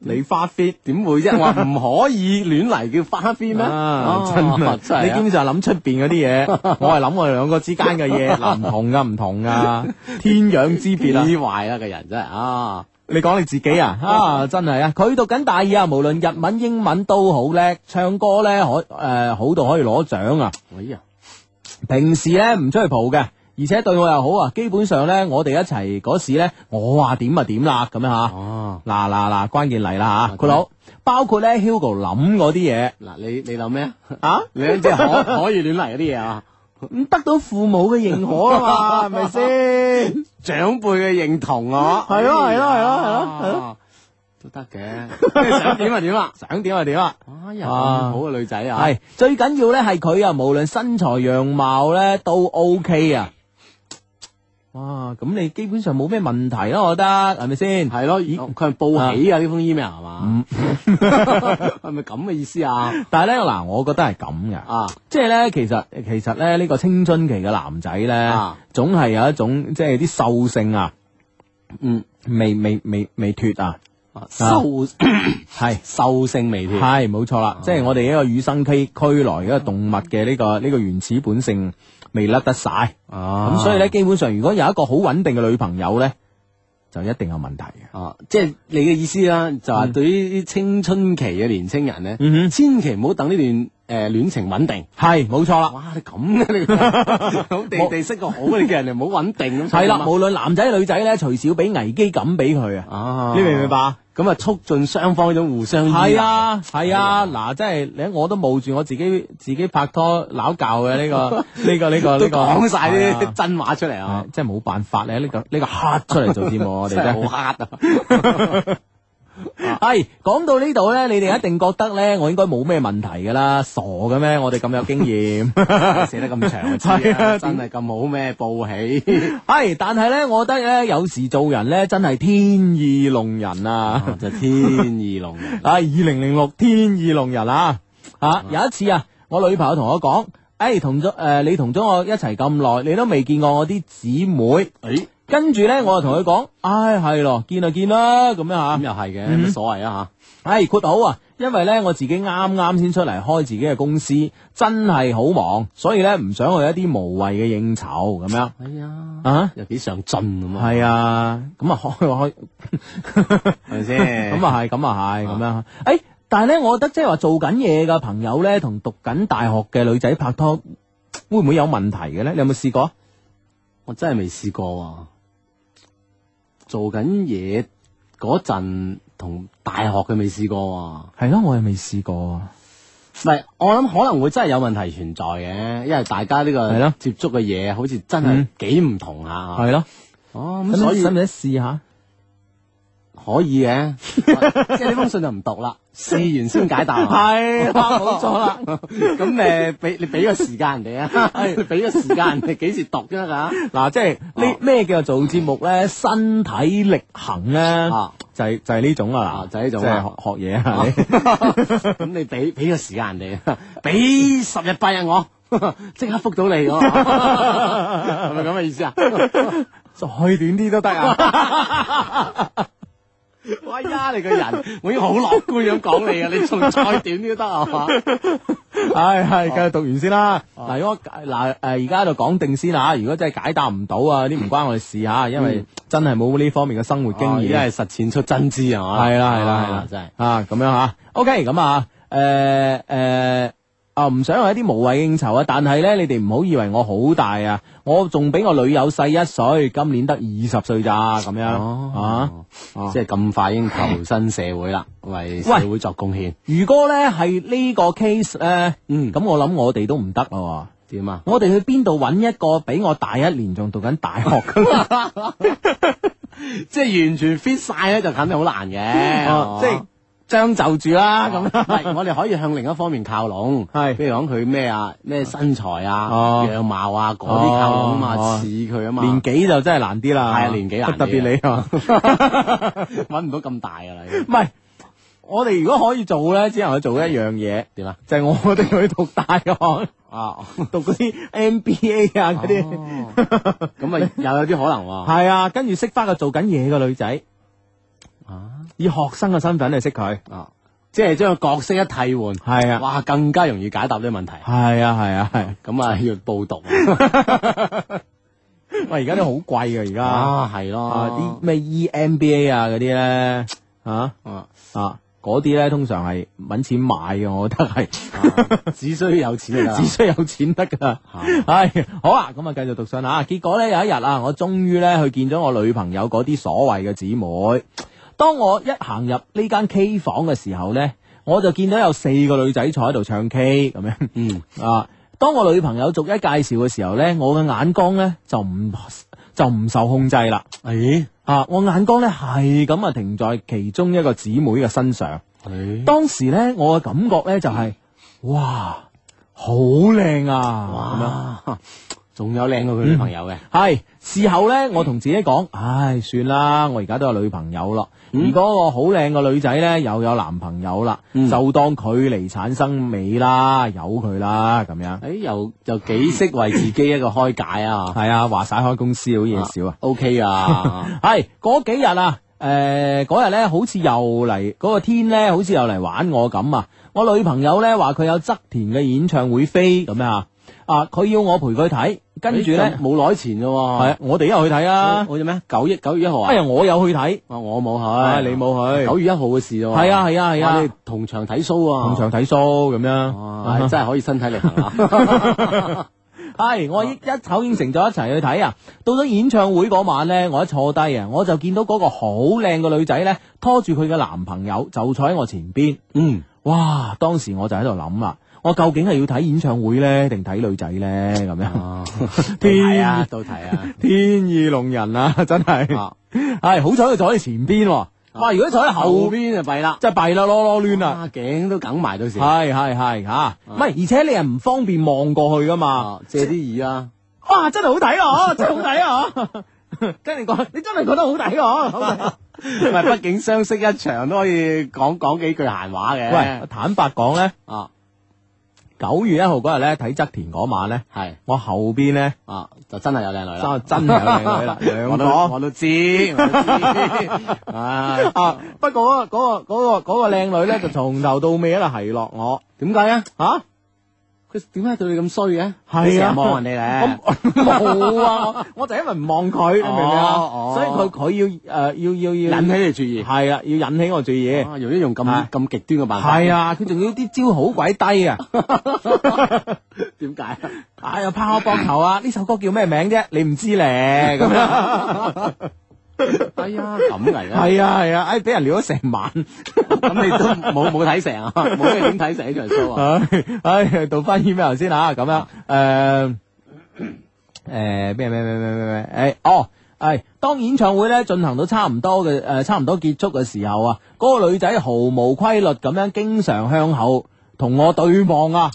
你花 fit
點會啫？我話唔可以亂嚟叫花邊咩？
啊
哦，
真係
真
你基
係
本上係諗出邊嗰啲嘢， 我係諗我哋兩個之間嘅嘢，嗱唔同噶，唔同 噶，天壤之別
啊
啊！
幾壞啦個人真係啊！
你講你自己啊，啊真係啊，佢讀緊大二啊，無論日文英文都好叻，唱歌咧可誒好到可以攞獎啊！
哎呀，
平時咧唔出去蒲嘅，而且對我又好啊，基本上咧我哋一齊嗰時咧，我話點就點啦咁樣吓。
哦，
嗱嗱嗱，關鍵嚟啦吓，
啊
佢佬，包括咧 Hugo 諗嗰啲嘢
嗱你你諗咩啊？
啊，
你即係可可以亂嚟嗰啲嘢啊？
咁得到父母嘅認可 啊嘛，係咪先？
長輩嘅認同我，
係咯係咯係咯係咯係
咯，都得嘅。你想點啊點啊！
想點就點啦。
哎呀，咁
啊
好嘅女仔啊，
係最緊要咧，係佢啊，無論身材樣貌咧都 OK 啊。哇，咁你基本上冇咩問題咯，我覺得係咪先？
係咯，咦佢係報喜啊呢封 email 係
嗯
嘛？ 係咪咁嘅意思啊？
但係咧嗱，我覺得係咁嘅，
啊，
即係咧，其實其實咧呢個青春期嘅男仔咧，
啊
總係有一種即係啲獸性啊，
嗯，
未未未未脱啊，
獸
係。
獸性微調，
系冇錯啦，即係我哋一個與生俱俱來嘅一個動物嘅呢、個呢、個原始本性未甩得晒，咁、
咁
所以咧，基本上如果有一個好穩定嘅女朋友咧，就一定有問題嘅。
啊，即係你嘅意思啦，就話
嗯
對於啲青春期嘅年青人咧，
嗯
千祈唔好等呢段誒呃戀情穩定。
哼，係冇錯啦，
哇！你咁嘅你個 人，好地地識個好嘅，你叫人哋唔好穩定咁。
係啦，無論男仔女仔咧，隨時要俾危機感俾佢啊，
啊，
你明唔明白？
咁啊，促進雙方呢種互相依賴
係，啊，係啊，嗱，真係你我都冒住我自己自己拍拖鬧教嘅呢 個呢個呢個
都
呢個，
講晒
係啊
啲真話出嚟啊
係，真係冇辦法咧，呢個呢個黑出嚟做節目，我哋
真
真係
係好黑啊！
系哎講到呢度呢，你哋一定覺得呢，我應該冇咩問題噶啦，傻嘅咩？我哋咁有經驗，
寫得咁長，我知
係啊
啊，真 係咁好咩？報 喜
係，哎但係呢，我覺得呢，有時做人呢，真係天意弄人啊！
哦就 天意弄人
啊，二零零六天意弄人啊！
哦
啊，有一次啊，我女朋友同我講，诶、同咗诶、誒你同咗我一齊咁耐，你都未見過我啲姊妹，
誒
跟住呢，我就同佢講，唉、係咯，見就見啦，咁樣吓、
咁又係嘅，冇所謂啊
唉，括好啊，因為呢，我自己啱啱先出嚟開自己嘅公司，真係好忙，所以呢，唔想去一啲無謂嘅應酬咁樣
嚇。哎呀，
啊。
又幾上進咁啊，
係啊，咁 啊開開，
係咪先？
咁啊係，咁啊係，咁樣。诶、但係呢，我覺得即係話做緊嘢嘅朋友呢，同讀緊大學嘅女仔拍拖，會唔會有問題嘅呢？你有冇試過？
我真係未試過喎，做緊嘢嗰陣同大學嘅未試過喎。
係咯，我又未試過。
啊唔係，我諗可能會真係有問題存在嘅，因為大家呢
係咯
個接觸嘅嘢好似真係幾唔同下。
係咯，
哦，
咁
咁所以
使唔使試下？
可 以嘅，即係呢封信就唔讀啦，試完先解答。啊
係啦，冇錯啦。
咁誒，俾你俾個時間人哋啊， 你俾個時間人哋幾時讀啫 嚇？
嗱，即係呢
啊
咩叫做做節目咧？身體力行咧
啊，
就係就係呢種啦
啊，
嗱，
就係呢種
即係
啊
學學嘢啊！你
咁你俾俾個時間人哋啊，俾十日八日我， 即刻覆到你我， 係咪咁嘅意思啊？
再短啲都得啊！
哎呀，你個人，我已經好樂觀咁講你啊，你仲再短啲都得啊嘛？
唉，
啊
係繼續讀完先啦。嗱，如果嗱誒而家喺度講定先嚇，如果真係解答唔到啊，啲唔關我哋事嚇，因為真係冇呢方面嘅生活經
哦而
驗
家。係實踐出真知係嘛？
係啦係啦係啦
啊，真係。
啊，咁樣吓，OK，咁啊，誒、誒、啊，唔想有一啲無謂應酬啊，但係咧，你哋唔好以為我好大啊，我仲比我女友細一歲，今年得二十歲咋，咁樣、
哦，
啊，
即係咁快已經投身社會啦，為社會作貢獻。
如果咧係呢個 case 咧，
嗯
咁我諗我哋都唔得啊。
點啊？
我哋去邊度揾一個比我大一年仲讀緊大學嘅，
即係完全 fit 晒咧，就肯定好難嘅。
啊
哦 啊
即係。
將就住啦。咁唔係我哋可以向另一方面靠
啊
攏，
係
譬如講佢咩啊，咩身材啊
哦、
樣貌啊嗰啲靠攏啊嘛
哦，
似佢啊嘛，
年紀就真係難啲啦，
係啊年紀難啲啊
特別你啊。
揾唔到咁大啊噶啦，
唔係，我哋如果可以做咧，只能去做一樣嘢，
點啊？
就係我哋去讀大學，
啊，
讀嗰啲 MBA 啊嗰啲。
哦咁啊又有啲可 能喎。
系啊，跟住識翻個做緊嘢嘅女仔，
啊
以學生嘅身份嚟識佢，
啊，即係將個角色一替換，
係啊，
哇，更加容易解答呢個問題。
係啊，係啊，係。
咁啊，要報讀
喂，而家啲好貴嘅，而家
啊，係
啊
咯
啲，咩 EMBA 啊嗰啲咧，啊
啲啊
啊嗰啲咧，通常係揾錢買嘅，我覺得係，
啊只需要有錢就得 啦啊
只。需要有錢得㗎。系好啊，咁啊繼續讀信啊。結果呢，有一日啊，我終於呢去見咗我女朋友嗰啲所謂嘅姊妹。當我一行入呢間 K 房嘅時候呢，我就見到有四個女仔坐喺度唱 K 咁樣。
嗯
啊，當我女朋友逐一介紹嘅時候呢，我嘅眼光呢就唔就唔受控制啦。
誒
啊，我眼光呢係咁啊停在其中一個姊妹嘅身上。
誒，
當時呢，我嘅感覺呢就係、哇，好靚啊！咁樣
哇，仲有靚過佢女朋友嘅，
系事后呢，我同自己讲，唉，算啦，我而家都有女朋友咯。如果個好靚個女仔呢，又有男朋友啦，
嗯
就當距離產生美啦，由佢啦，咁樣。
誒又又幾識為自己一個開解啊，
係啊，話晒開公司好嘢少啊。
，OK à. 啊，
係嗰幾日啊，诶嗰日呢好似又嚟，嗰、個天呢好似又嚟玩我咁啊！我女朋友呢話佢有側田嘅演唱會飛咁樣啊，啊佢要我陪佢睇，跟住呢
誒，冇耐前嘅
啊係
喎，
啊我哋又去睇啊，
好似咩九月九月一號
哎
啊，
呀我有去睇，
啊我冇
唉
去，
你冇去。
九月一號嘅事喎，
系啊系啊系
哇
啊
你，同場睇 show 啊，
同場睇 show 咁
哇，
樣。
真係可以身體力行啊，
系我一一口應承咗一齊去睇啊！到咗演唱會嗰晚呢，我一坐低啊，我就見到嗰個好靚嘅女仔呢，拖住佢嘅男朋友就坐喺我前邊。
嗯。
哇！當時我就喺度諗啦，我究竟係要睇演唱會呢，定睇女仔呢？咁樣
哦，
天
睇啊，到睇啊，
天意弄人啊！ 真係係
啊
好彩佢坐喺前邊喎。哇！如果坐喺啊後
後
邊，
邊就弊啦，
真係弊啦，囉囉攣啦。
啊頸都梗埋到時，
係係係吓，唔係而且你係唔方便望過去噶嘛。
啊借啲耳啊，
哇，真係好睇 啊！真係好睇啊！真係講，你真係覺得好睇啊！
唔係畢竟相識一場都可以講講幾句閒話嘅，
喂，坦白講咧，
啊
九月一號嗰日咧睇側田嗰晚咧，
係
我後邊咧
啊，就真係有靚女啦，
真真係有靚 女啦，
我
兩
都
個
我都知，我 都知唉，
啊。不過嗰個嗰個嗰個靚女咧，就從頭到尾喺度奚落我
點解啊？
嚇。
佢點解對你咁衰嘅？
啊
你成日望人哋咧，
我 冇啊！我我就因為唔望佢，你明唔明啊
哦哦？
所以佢佢要誒要要要
引起你注意，
係啦，要引起我注意。
啊用一用咁
係
咁極端嘅辦法，
係啊，佢仲要啲招好鬼低啊！
點解啊？
哎呀，拍我膊頭啊！呢首歌叫咩名啫？你唔知咧咁樣。
哎呀，咁嚟嘅。
係啊係啊，哎，俾人撩咗成晚，
咁你都 冇冇睇成啊？冇你點睇成呢場 show 啊？
唉，唉讀翻哎 email 先吓，咁樣 誒誒咩咩咩咩咩咩，誒哦。係當演唱會咧進行到差唔多嘅誒、呃差唔多結束嘅時候啊，嗰、個女仔毫無規律咁樣經常向後同我對望啊！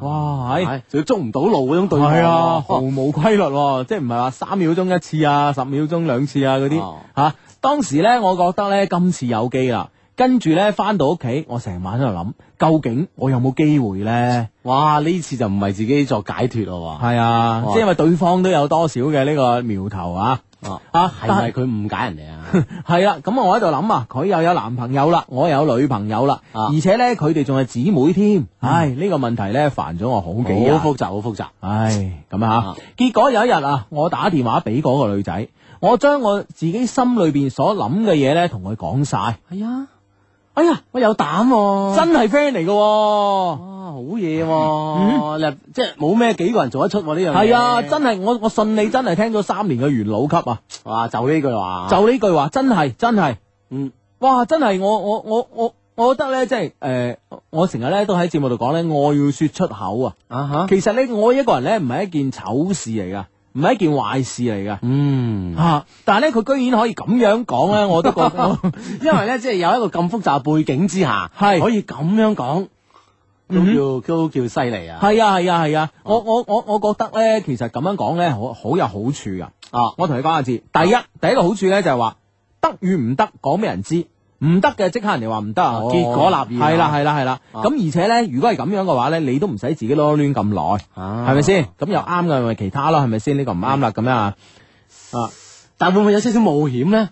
哇，哎係
係，哎仲要捉唔到路嗰種對望
係啊，毫
喎
無規律、喎，即係唔係話三秒鐘一次啊，十秒鐘兩次啊嗰啲
哦
嚇。當時呢，我覺得呢，今次有機啦。跟住呢，翻到屋企，我成晚喺度諗，究竟我有冇機會呢？
哇！呢次就唔係自己作解脱咯
係啊，
哦
即係因為對方都有多少嘅呢個苗頭啊。
喎，哦，
啊，
係
但
咪佢誤解人哋 啊？
係啦，咁我喺度諗啊，佢又有男朋友啦，我又有女朋友啦，
啊嗯
而且呢，佢哋仲係姊妹添。唉，呢、個問題呢，煩咗我好幾日。
好複雜，好複雜。
唉，咁啊
啊，
結果有一日啊，我打電話俾嗰個女仔，我將我自己心裏邊所諗嘅嘢咧，同佢講晒。
係啊，
哎呀，
喂，有膽喎！
真係 friend 嚟嘅喎，
哇，好嘢喎！你即係冇咩幾個人做得出喎呢樣嘢。
係啊，真係我我信你真係聽咗三年嘅元老級啊！
哇！就呢句話，
就呢句話，真係真係，
啊嗯，
哇，真係我我我我我覺得咧，即係誒，我成日咧都喺節目度講咧，我要說出口啊。
啊嚇，
其實咧，我一個人咧唔係一件醜事嚟噶，唔係一件壞事嚟噶。
嗯，
吓！但係咧，佢居然可以咁樣講咧，我都 覺得
因為咧，即係有一個咁複雜嘅背景之下，
係
可以咁樣講，
嗯哼
都叫都叫犀利啊！
係啊係啊係啊！我我我我覺得咧，其實咁樣講咧，好好有好處噶。
啊，
我同你講下字，第一第一個好處咧就係話得與唔得講俾人知，唔得嘅即刻人哋話唔得啊
啊，結果立意啊
係啦係啦係啦。
啊
咁而且咧，如果係咁樣嘅話咧，你都唔使自己攞亂咁耐，
係
係咪？
啊
先？咁又啱嘅咪其他咯，係咪先？呢個唔啱啦，咁樣啊。
但會唔會有少少冒險咧？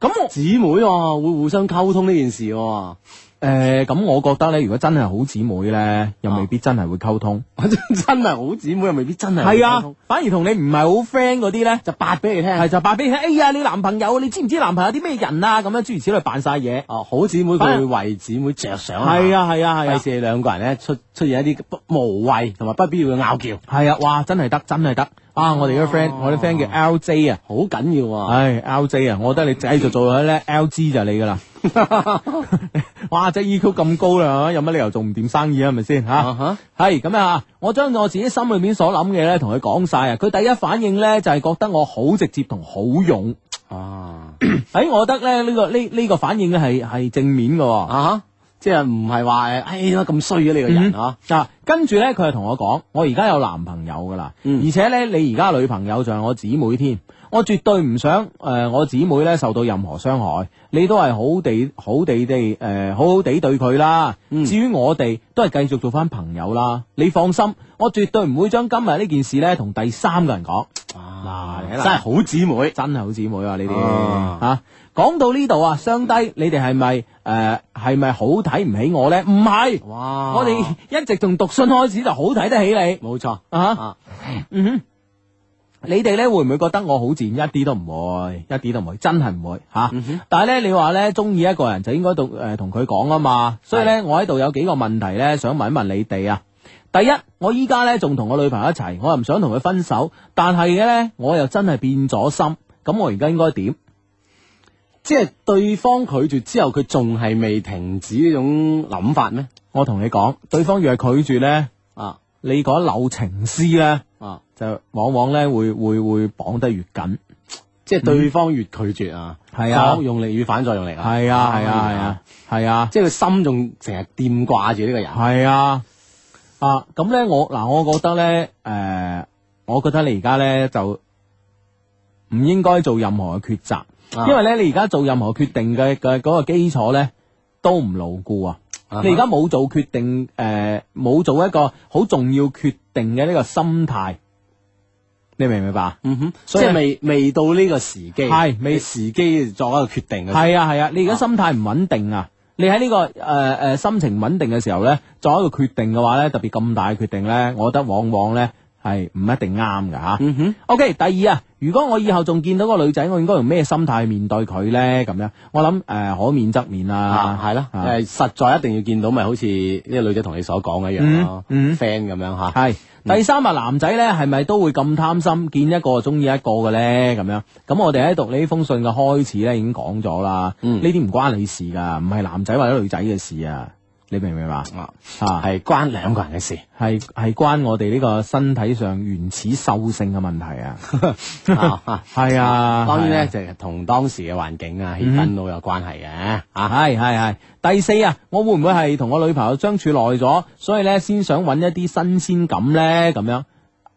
咁姊妹喎會互相溝通呢件事喎，
誒，咁我覺得咧，如果真係好姊妹咧，又未必真係會溝通。
真係好姊妹又未必真係
係
會溝
啊
通，
反而同你唔係好 friend 嗰啲咧，
就八俾你聽。
係就扮俾你聽，哎呀，你男朋友，你知唔知男朋友啲咩人啊？咁樣諸如此類扮晒嘢。
哦，好姊妹
反
佢
而
會為姊妹着想啊，
係啊係啊係
費
啊。
事你兩個人咧出出現一啲不無謂同埋不必要嘅拗撬，
系啊，哇，真係得，真係得啊！我哋嘅 friend，我啲 friend 叫 L J 啊，
哦好緊要啊！
唉，L J 啊，我覺得你繼續做佢咧，L G 就係你噶 啦。哇，即係 EQ 咁高啦，有乜理由做唔掂生意啊？係咪先
啊
吓？
哈
係咁啊！我將我自己心裏面所諗嘅咧，同佢講晒啊。佢第一反應咧就係覺得我好直接同好勇。
啊
诶，我覺得咧呢個呢呢个反應咧係係正面嘅喎。
啊哈！即係唔係話誒，哎呀咁衰嘅你個人啊？
啊，跟住咧，佢就同我講：我而家有男朋友噶啦，
嗯
而且咧，你而家女朋友就係我姊妹添，我絕對唔想誒、呃我姊妹咧受到任何傷害，你都係好地好地地誒、呃好好地對佢啦。
嗯
至於我哋都係繼續做翻朋友啦，你放心，我絕對唔會將今日呢件事咧同第三個人講。
哇
嗱
真啊係好姊妹，
真係好姊妹啊！呢啲
啊
吓講到呢度啊，相低，你哋係咪誒係咪好睇唔起我咧？唔係。
哇
我哋一直從讀信開始就好睇得起你
哦冇錯
啊！
啊，
嗯哼，你哋咧會唔會覺得我好賤？一啲都唔會，一啲都唔會，真係唔會吓。
嗯哼
但係咧，你話咧中意一個人就應該同誒同佢講啊嘛。所以咧，我喺度有幾個問題咧，想問一問你哋啊。第一，我依家咧仲同我女朋友一齊，我又唔想同佢分手，但係咧我又真係變咗心，咁我而家應該點？
即係對方拒絕之後，佢仲係未停止呢種諗法咩？
我同你講，對方若係拒絕咧，
啊
你嗰一縷情絲咧。
啊！
就往往咧會會會綁得越緊。
即係對方越拒絕啊，
係啊
作用力與反作用力啊，
係啊係啊係啊係啊
即係佢心仲成日掂掛住呢個人。
係啊啊！咁咧我嗱，我覺得咧誒、呃我覺得你而家咧就唔應該做任何嘅抉擇，
啊
因為咧你而家做任何決定嘅嘅嗰個基礎咧都唔牢固啊。
啊哈
你而家冇做決定，誒、冇做一個好重要決定嘅呢個心態，你明唔明白啊？
嗯哼，即
所以
係未未到呢個時機，
係未
你時機作一個決定嘅。
系啊系啊，你而家心態唔穩定啊！你喺呢、個个诶诶心情唔穩定嘅時候咧，作一個決定嘅話咧，特別咁大嘅決定咧，我覺得往往咧係唔一定啱噶吓。
嗯哼，
OK，第二啊，如果我以後仲見到個女仔，我應該用咩心態去面對佢咧？咁樣，我諗诶、呃可免則免
啊
啦。
係啦，
啊
誒實在一定要見到，咪好似呢個女仔同你所講嘅一樣咯
嗯嗯
，friend 咁樣嚇。
係第三啊，男仔咧係咪都會咁貪心，見一個中意一個嘅咧？咁樣，咁我哋喺讀呢封信嘅開始咧已經講咗啦。
嗯
呢啲唔關你事㗎，唔係男仔或者女仔嘅事啊。你明唔明白？
啊，
啊，
係關兩個人 嘅事。
系系关我哋呢個身體上原始獸性嘅問題 啊，
啊啊
係啊，
當然咧，就係同當時嘅環境啊、氣
嗯
氛都有關係嘅。
啊，係係係。第四啊，我會唔會係同我女朋友相處耐咗，所以咧先想揾一啲新鮮感咧咁樣？
呢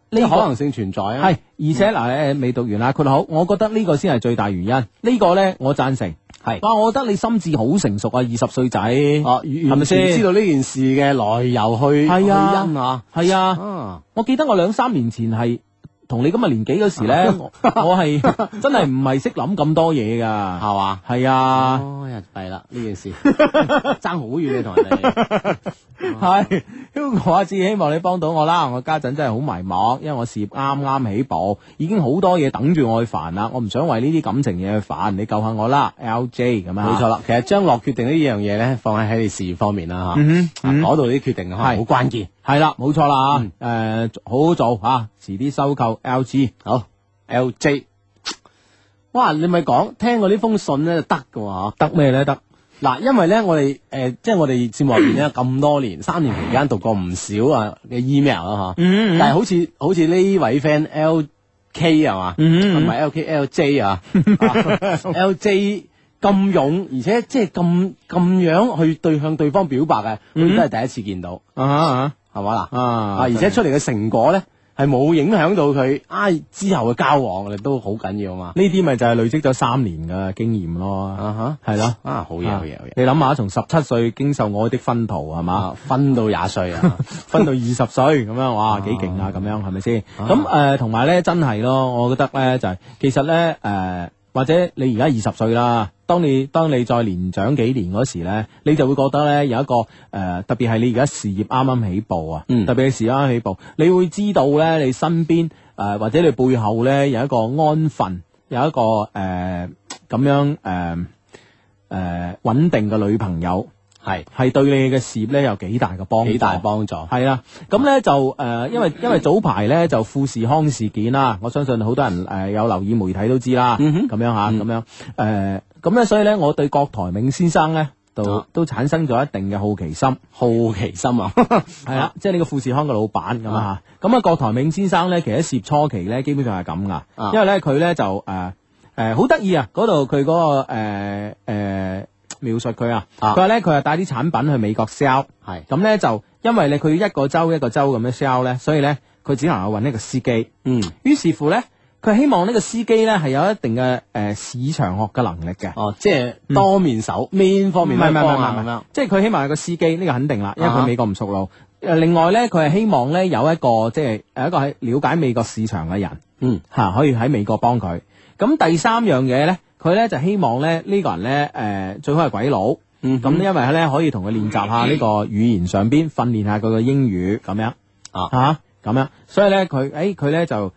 呢
個
個
可能性存在啊。
係，而且嗱诶未讀完啦，佢好，我覺得呢個先係最大原因，呢個咧我贊成。
係
哇，我覺得你心智好成熟啊，二十歲仔，係
哦，係
咪
咪
先
先知道呢件事嘅來由去
係啊
去因啊？
啊。
啊，
我記得我兩三年前係同你咁嘅年紀嗰時咧，我啊 我係真係唔係識諗咁多嘢噶，
係嘛？
係啊，
哦，又弊啦呢件 事，爭好遠你同人哋。
係 Hugo 阿志，希望你幫到我啦。我家陣真係好迷茫，因為我事業啱啱起步，已經好多嘢等住我去煩啦。我唔想為呢啲感情嘢去煩，你救下我啦，LJ 咁啊。
冇錯啦，其實將落決定呢樣嘢咧，放喺喺你事業方面啦嚇。
嗯哼，
啊
嗯
嗰度啲決定可能好
係
關鍵。
係啦，冇錯啦啊，誒，好好做啊，遲啲收購 LG。
好，L J，哇！你咪講聽過呢封信咧就得嘅喎嚇
啊得咩咧？得
嗱，因為咧，我哋誒、呃即係我哋節目入邊咧咁多年，三年期間讀過唔少啊嘅 email 啦嚇，
嗯
但係好似好似呢位 friend L K 啊系嘛，
嗯嗯
唔係 L K L J 啊，L J 咁勇，而且即係咁咁樣去對向對方表白嘅，佢都係第一次見到，
嗯啊
係嘛
啊
嗱？
啊
啊，而且出嚟嘅成果咧係冇影響到佢啊之後嘅交往，我哋都好緊要啊嘛。
呢啲咪就係累積咗三年嘅經驗咯，
啊
係咯。
吓，啊好嘢好嘢好嘢，
你諗下，從十七歲經受我的熏陶係嘛
啊，分到廿 歲啊，
分到二十歲咁樣，哇，幾勁啊！咁樣係咪先？咁誒，同埋咧，真係咯，我覺得咧就係、其實咧誒、或者你而家二十歲啦，當你當你再年長幾年嗰時咧，你就會覺得咧有一個誒、特別係你而家事業啱啱起步啊，
嗯
特別係事業啱啱起步，你會知道咧你身邊誒、呃或者你背後咧有一個安分，有一個誒咁、樣誒。誒穩定嘅女朋友，
係
係對你嘅事業咧有幾大嘅幫助
幾大幫助。
係啦，咁咧就誒、呃因為因為早排咧就富士康事件啦，我相信好多人誒、呃有留意媒體都知啦，咁、
嗯哼
樣嚇，咁、樣誒，咁咧所以咧我對郭台銘先生咧。都
啊
都產生咗一定嘅好奇心，
好奇心啊，
係啦，即係呢個富士康嘅老闆咁啊，咁啊郭台銘先生咧，其實喺事業初期咧，基本上係咁噶
啊，
因為咧佢咧就誒誒好得意啊，嗰度佢嗰個誒誒描述佢啊，
啊
佢話咧佢係帶啲產品去美國 sell。
係
咁咧就因為你佢一個州一個州咁樣 sell 咧，所以咧佢只能夠揾一個司機。
嗯，
於是乎咧，佢希望呢個司機咧係有一定嘅誒、呃市場學嘅能力嘅。
哦，即係多面手，面方
唔係
面
嗯唔
都
係唔係
幫
唔
啊
係
咁樣，
即係佢希望有個司機，呢、個肯定啦，因為
啊
佢
哈
美國唔熟路。誒，另外咧，佢係希望咧有一個即係有一個係了解美國市場嘅人。
嗯。
吓、可以喺美國幫佢。咁第三樣嘢咧，佢咧就希望咧呢、個人咧誒、呃最好係鬼佬。
嗯
咁、因為咧可以同佢練習下呢個語言上邊，訓練下佢嘅英語咁樣
啊
吓咁樣。所以咧佢誒佢咧就誒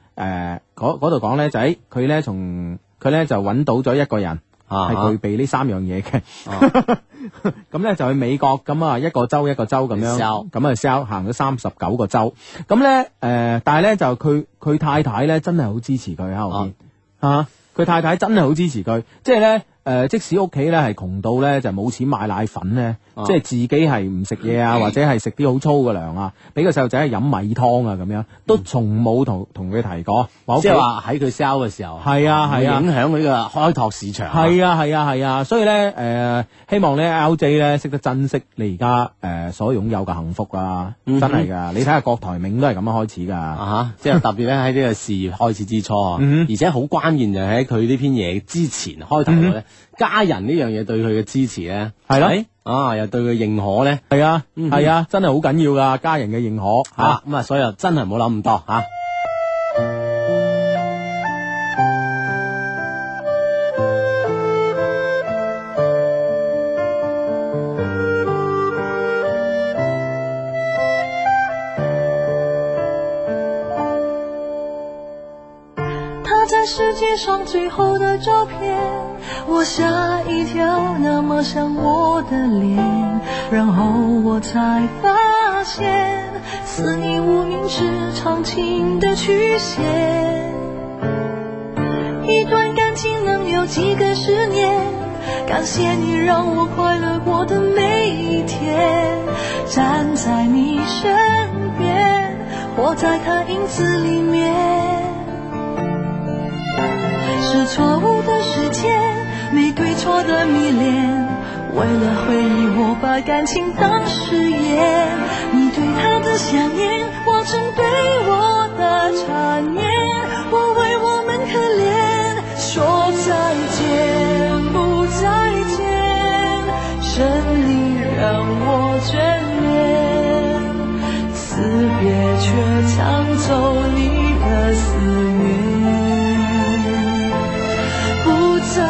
嗰嗰度講咧就誒佢咧從佢咧就揾到咗一個人。
啊哦
係具備呢三樣嘢嘅， 咁咧就去美國咁啊，一個州一個州咁樣，
sell
咁啊 sell 行咗三十九個州，咁咧誒，但係咧就佢佢太太咧真係好支持佢喺後
哦
邊啊，佢太太真係好支持佢，即係咧誒，即使屋企咧係窮到咧就冇錢買奶粉咧，
啊
即係自己係唔食嘢
嗯
啊，或者係食啲好粗嘅糧啊，俾個細路仔係飲米湯啊咁樣，都從冇同同佢提過，話屋企
即係話喺佢 sell 嘅時候，
係啊係啊
會影響佢嘅開拓市場。
系啊系啊系啊，所以咧诶、呃希望咧 LJ 咧識得珍惜你而家诶所擁有嘅幸福啊，
嗯哼
真係噶！你睇下郭台銘都係咁樣開始噶，
啊吓，即係特別咧喺呢個事業開始之初啊，
嗯
而且好關鍵就係喺佢呢篇嘢之前開頭咧，家人呢樣嘢對佢嘅支持咧，
係咯
誒啊又對佢認可咧，
係啊
嗯
係啊，真係好緊要噶，家人嘅認可吓。
吓咁啊，所以就真係唔好諗咁多啊吓。
他在世界上最后的照片，我吓一跳，那么像我的脸，然后我才发现，似你无名指长情的曲线。一段感情能有几个十年？感谢你让我快乐过的每一天，站在你身边，活在他影子里面。是错误的时间，没对错的迷恋。为了回忆，我把感情当誓言。你对他的想念，我正对我的缠绵。我为我们可怜，说再见不再见，生离让我眷恋，死别却抢走你的思念。不再见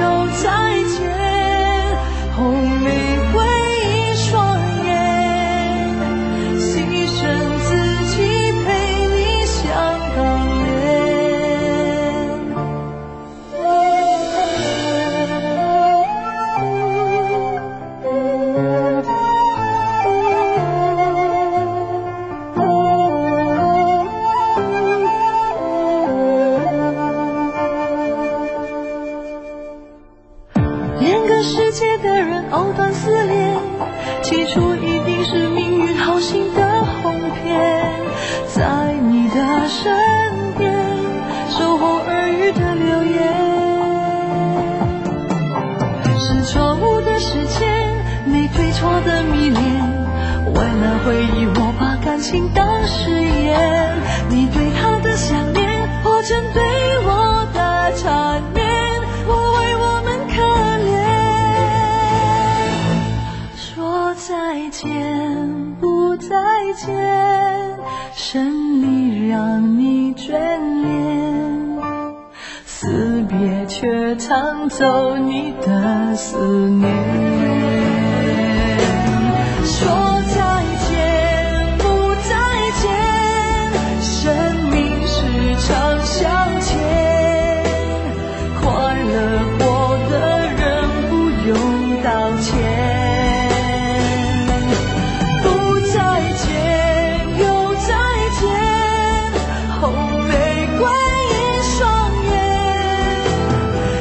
又再见，红玫瑰一双眼，牺牲自己陪你相当年。
会疑我把感情当誓言，你对他的想念，或针对我的缠绵，我为我们可怜。说再见，不再见，生离让你眷恋，死别却抢走你的思念。说再见，不再见，生命是场相见，快乐过的人不用道歉。不再见，又再见，红玫瑰一双眼，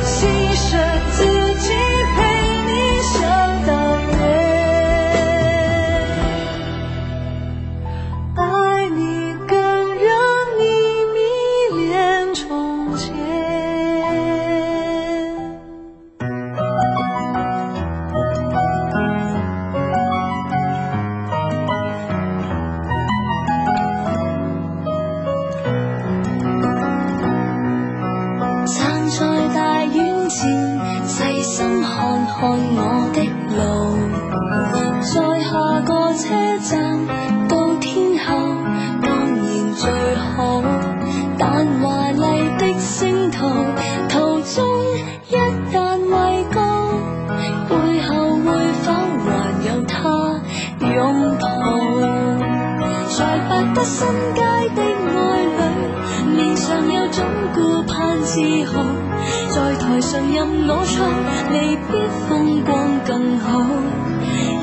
牺牲自己陪你想当年，爱你更让你迷恋从前。
站在大院前，細心看看我的路。在下個車站到天后，當然最好。但華麗的星途，途中一旦畏高，背後會否還有他擁抱？在百德新街的愛侶，面上有種顧盼自豪，在台上任我唱，未必風光更好，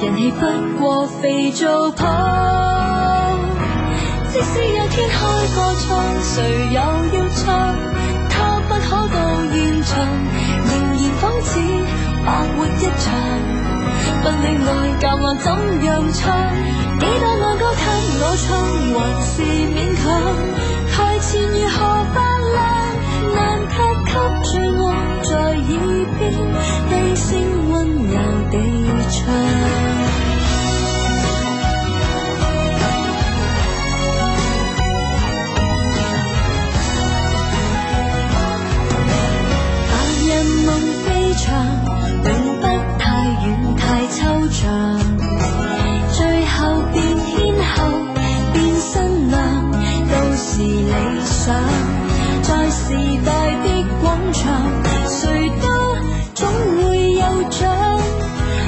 人氣不過肥皂泡。即使有天開個唱，誰又要唱？他不可到現場，仍然仿似白活一場。不理愛教我怎樣唱，幾多愛歌聽我唱，還是勉強。台前如何扮靚，難踢給最愛在耳邊，低聲溫柔地唱。白日夢飛翔，永不太遠太抽象。最後變天后，變新娘，都是理想。在時代的廣場，誰都總會有獎。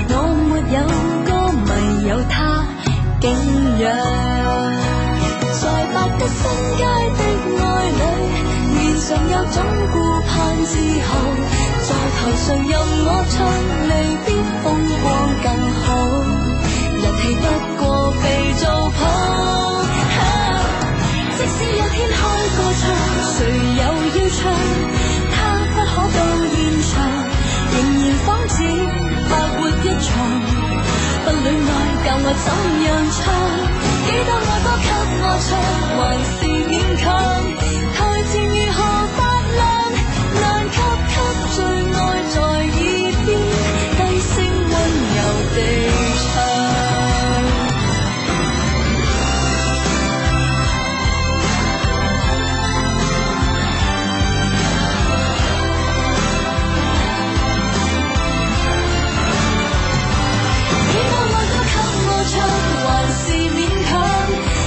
我沒有歌迷，有他景仰。在百德新街的愛侶，面上有種顧盼自豪，在台上任我唱，未必風光更好，人氣不過肥皂泡。啊即使有天開個唱，誰又要唱？他不可到現場，仍然仿似白活一場。不戀愛教我怎樣唱？幾多愛歌給我唱，還是勉強。台前如何發亮，難及給最愛在耳邊，低聲溫柔地唱。幾多愛歌給我唱，還是勉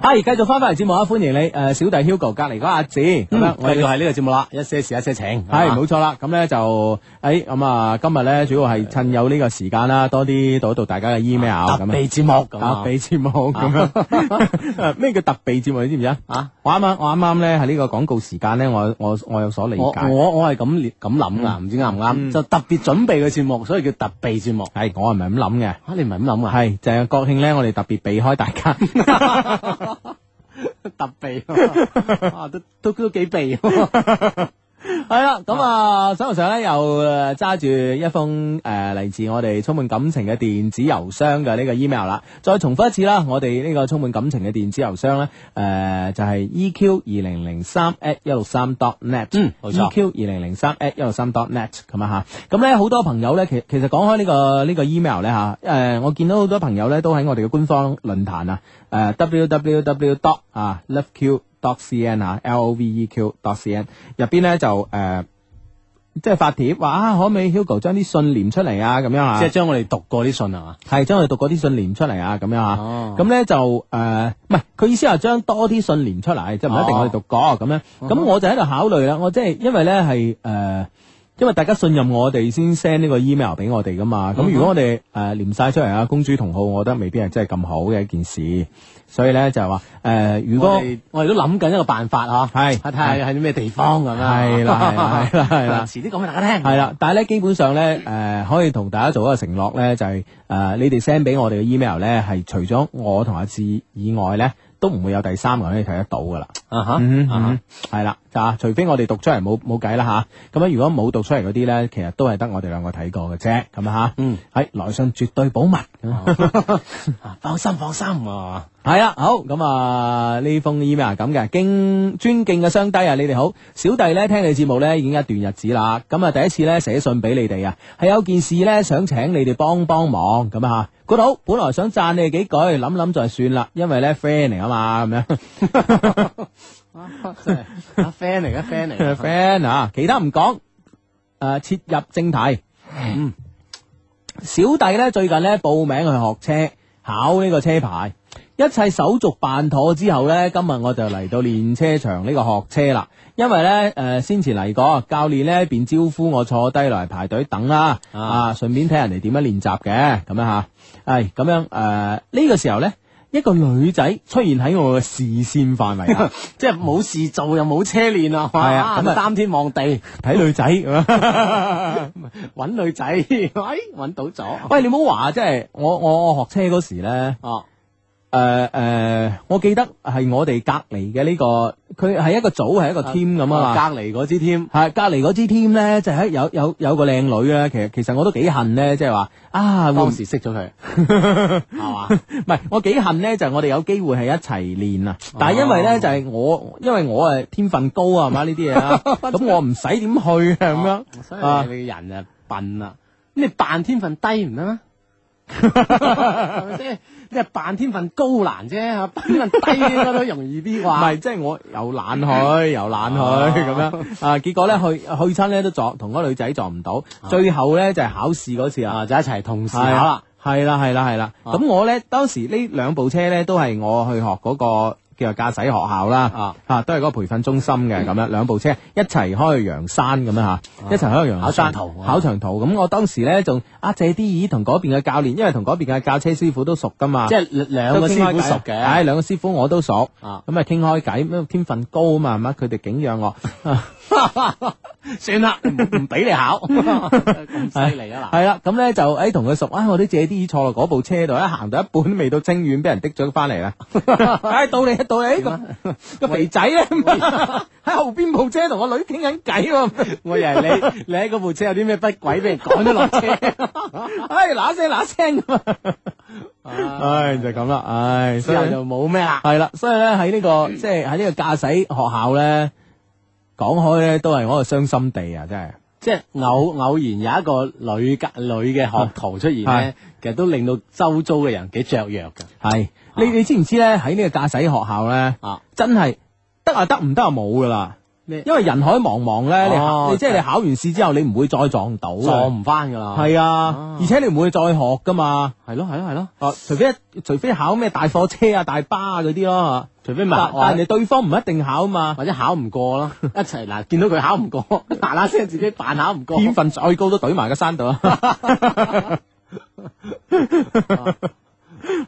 系继续翻返嚟节目啊，欢迎你诶、呃小弟 Hugo 隔篱嗰個阿志，咁樣
嗯我哋就係呢個節目啦，一些事一些情，啊
系冇錯啦，咁咧就诶咁啊，今日咧主要係趁有呢個時間啦，多啲讀一讀大家嘅 email
特
咁
備節目咁
啊，
啊
特備節目咁 樣咩叫特備節目？你知唔知啊？
啊！
我啱啱我啱啱咧喺呢個廣告時間咧，我我我有所理
我
解，
我我係咁列咁諗噶，唔知啱唔
嗯
啱？就特別準備嘅節目，所以叫特備節目。
係我係唔係咁諗嘅？
啊，你唔係咁諗啊？
係就係國慶咧，我哋特別避開大家。
特備 啊，都都都幾備。
系啦，咁啊，手頭上咧又呃揸住一封诶嚟、自我哋充滿感情嘅電子郵箱嘅呢個 email 啦。再重複一次啦，我哋呢個充滿感情嘅電子郵箱咧，诶、就係 EQ 二零零三 at 一六三 dot net，
嗯冇錯
EQ 二零零三 at 一六三 dot net 咁啊吓。咁咧好多朋友咧，其其實講開呢、個呢、個 email 咧吓，诶、我見到好多朋友咧都喺我哋嘅官方論壇啊，诶、www dot 啊 loveq dot cn 啊，L O V E Q dot cn 入邊咧就诶。呃即係發帖話啊，可唔可以 Hugo 將啲信念出嚟啊？咁樣啊，
即係將我哋讀過啲信啊係嘛？
係將佢讀嗰啲信念出嚟啊，咁樣啊
哦。
咁咧就誒，唔係佢意思係將多啲信念出嚟，即係唔一定
哦嗯
我哋讀過咁樣。咁我就喺度考慮啦，我即係因為咧係誒。呃因為大家信任我哋先 send 呢個 email 俾我哋噶嘛，
嗯
咁如果我哋誒連晒出嚟啊，公主同號，我覺得未必係真係咁好嘅一件事，所以咧就係話誒，如
我
果
哋我哋都諗緊一個辦法嚇，
係
睇下喺啲咩地方咁啊。
係啦係 啦係啦係啦
遲啲講俾大家聽。
系啦，但系咧基本上咧，诶、可以同大家做一個承諾咧，就係呃你哋 send 俾我哋嘅 email 咧，係除咗我同阿志以外咧，都唔會有第三個人可以睇得到噶啦。
啊哈
嗯
啊哈
哼，係啦，就啊，除非我哋讀出嚟冇冇計啦吓，咁啊樣如果冇讀出嚟嗰啲咧，其實都係得我哋兩個睇過嘅啫，咁啊吓，
嗯，
係來信絕對保密。嗯
啊放心放心啊！
系啦，好咁啊！呢封 email 係咁嘅，敬尊敬嘅雙低啊，你哋好，小弟呢聽你節目呢已經一段日子啦，咁啊第一次呢寫信俾你哋啊，係有件事呢想請你哋幫幫忙咁啊吓，嗰好，本來想讚你哋幾句，諗諗就係算啦，因為呢 friend 嚟啊嘛，咁樣。
真係啊 friend 嚟嘅 friend 嚟嘅
friend 啊，其他唔講，诶、切入正題。小弟咧最近咧報名去學車，考呢個車牌，一切手續辦妥之後咧，今日我就嚟到練車場呢個學車啦。因為咧诶、誒先前嚟過，教練咧便招呼我坐低落嚟排隊等啦，
啊
啊順便睇人哋點樣練習嘅，咁樣吓，係咁樣诶呢、個時候咧。一個女仔出現喺我嘅視線範圍啊，
即係冇事做又冇車練啊，
係啊咁啊
咁三天望 地
睇女仔咁樣
揾女仔， 喂揾到咗
喂，你唔好話，啊即係我我我學車嗰時咧，誒、
哦，
誒、我記得係我哋隔離嘅呢個，佢係一個組係一個 team 咁啊嘛。
哦隔離嗰支添，
係隔離嗰支 team 咧，就係、有有有個靚女咧，其實其實我都幾恨咧，即係話啊，會唔
當時識咗佢係 嘛？
唔係我幾恨咧，就係我哋有機會係一齊練啊，但係因為咧
哦
就係我，因為我誒天分高啊係嘛呢啲嘢 啦，咁我唔使點去啊咁樣。
哦所
啊
以你嘅人啊笨啦，咁你扮天分低唔 得咩？係咪先？你係扮天分高難啫，天分低應該都容易啲
唔
啩？
係，即係我又懶 去，又懶去咁樣啊！結果咧去去親咧都撞同嗰個女仔撞唔到，最後咧就係考試嗰次啊，
啊啊，就一齊同時考
係
啦
啦，，係啦，係啦，係啦。
啊
咁我咧當時呢兩部車咧都係我去學嗰個叫做駕駛學校啦
啊，嗯
啊都係嗰個培訓中心嘅咁樣，兩部車一齊開去陽山咁樣嚇，一齊開去陽
啊考
山
長途啊
考長途。咁我當時咧仲啊借啲耳同嗰邊嘅教練，因為同嗰邊嘅教車師傅都熟噶嘛，
即係兩
都
個
傾
師
開
傅
偈
熟
唉，
嘅，
兩個師傅我都熟，咁
啊
啊傾開偈，咁天分高啊嘛，係咪？佢哋景 仰我，
算啦，唔唔俾你考，咁犀利啊 嗱！
係啦，咁咧就誒同佢熟，啊，我都借啲坐落嗰部車度，一行到一半未到清遠，俾人滴咗翻 嚟啦，唉，哎到你到你個個肥仔 咧喺後邊部車同我女傾緊偈 喎，
我以為 你你喺嗰部車有啲咩不軌，俾人趕咗落車，
唉嗱聲嗱聲咁啊，
啊
唉就咁啦，唉，
之後就冇咩啦。
系啦，所以咧喺呢
嗯
個即係喺呢個駕駛學校咧，講開咧都係我個傷心地啊，真係。
即係偶偶然有一個女嘅女嘅學徒出現
係
咧，其實都令到周遭嘅人幾雀躍嘅。
系你你知唔知咧？喺呢個駕駛學校咧，
啊
真係得啊得，唔得啊冇噶啦。
咩
因為人海茫茫咧，你考
哦
你即係你考完試之後，你唔會再撞到嘅
撞唔哦翻噶啦。
係啊，而且你唔會再學噶嘛。
系咯系咯系咯，
啊，除非除非考咩大貨車啊、大巴啊嗰啲咯，
除非
但
埋
但人哋對方唔一定考嘛，
啊或者考唔過啦，一齊嗱，見到佢考唔過，嗱嗱聲自己 扮考唔過，
天分再高都懟埋個山度 啊！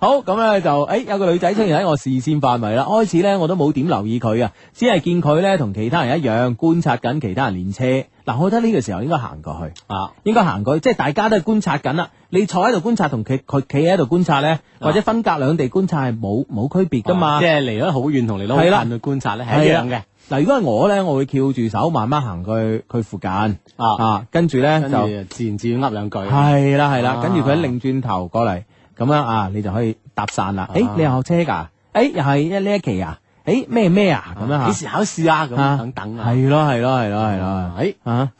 好咁咧就，诶、有個女仔出現喺我視線範圍啦。開始咧我都冇點留意佢啊，只係見佢咧同其他人一樣觀察緊其他人練車。嗱，我覺得呢個時候應該行過去啊，應該行過去，即係大家都係觀察緊啦。你坐喺度觀察同佢佢企喺度觀察咧，或者分隔兩地觀察係冇冇區別噶嘛。
啊即係離得好遠同離得好
係啦
近去觀察咧係一樣
係
嘅
啊。嗱，如果係我咧，我會翹住手慢慢行佢佢附近啊啊，跟住咧
跟
就。
住自言自語噏兩句，
系啦系啦，
啊
跟住佢一拧轉頭過嚟，咁樣啊，你就可以搭讪啦。
啊
诶，你又學車㗎？诶，又係呢一期啊？诶，咩咩啊？咁樣吓，
幾時考試啊？咁
啊
等等啊，
係咯係咯係咯係咯，
誒
啊，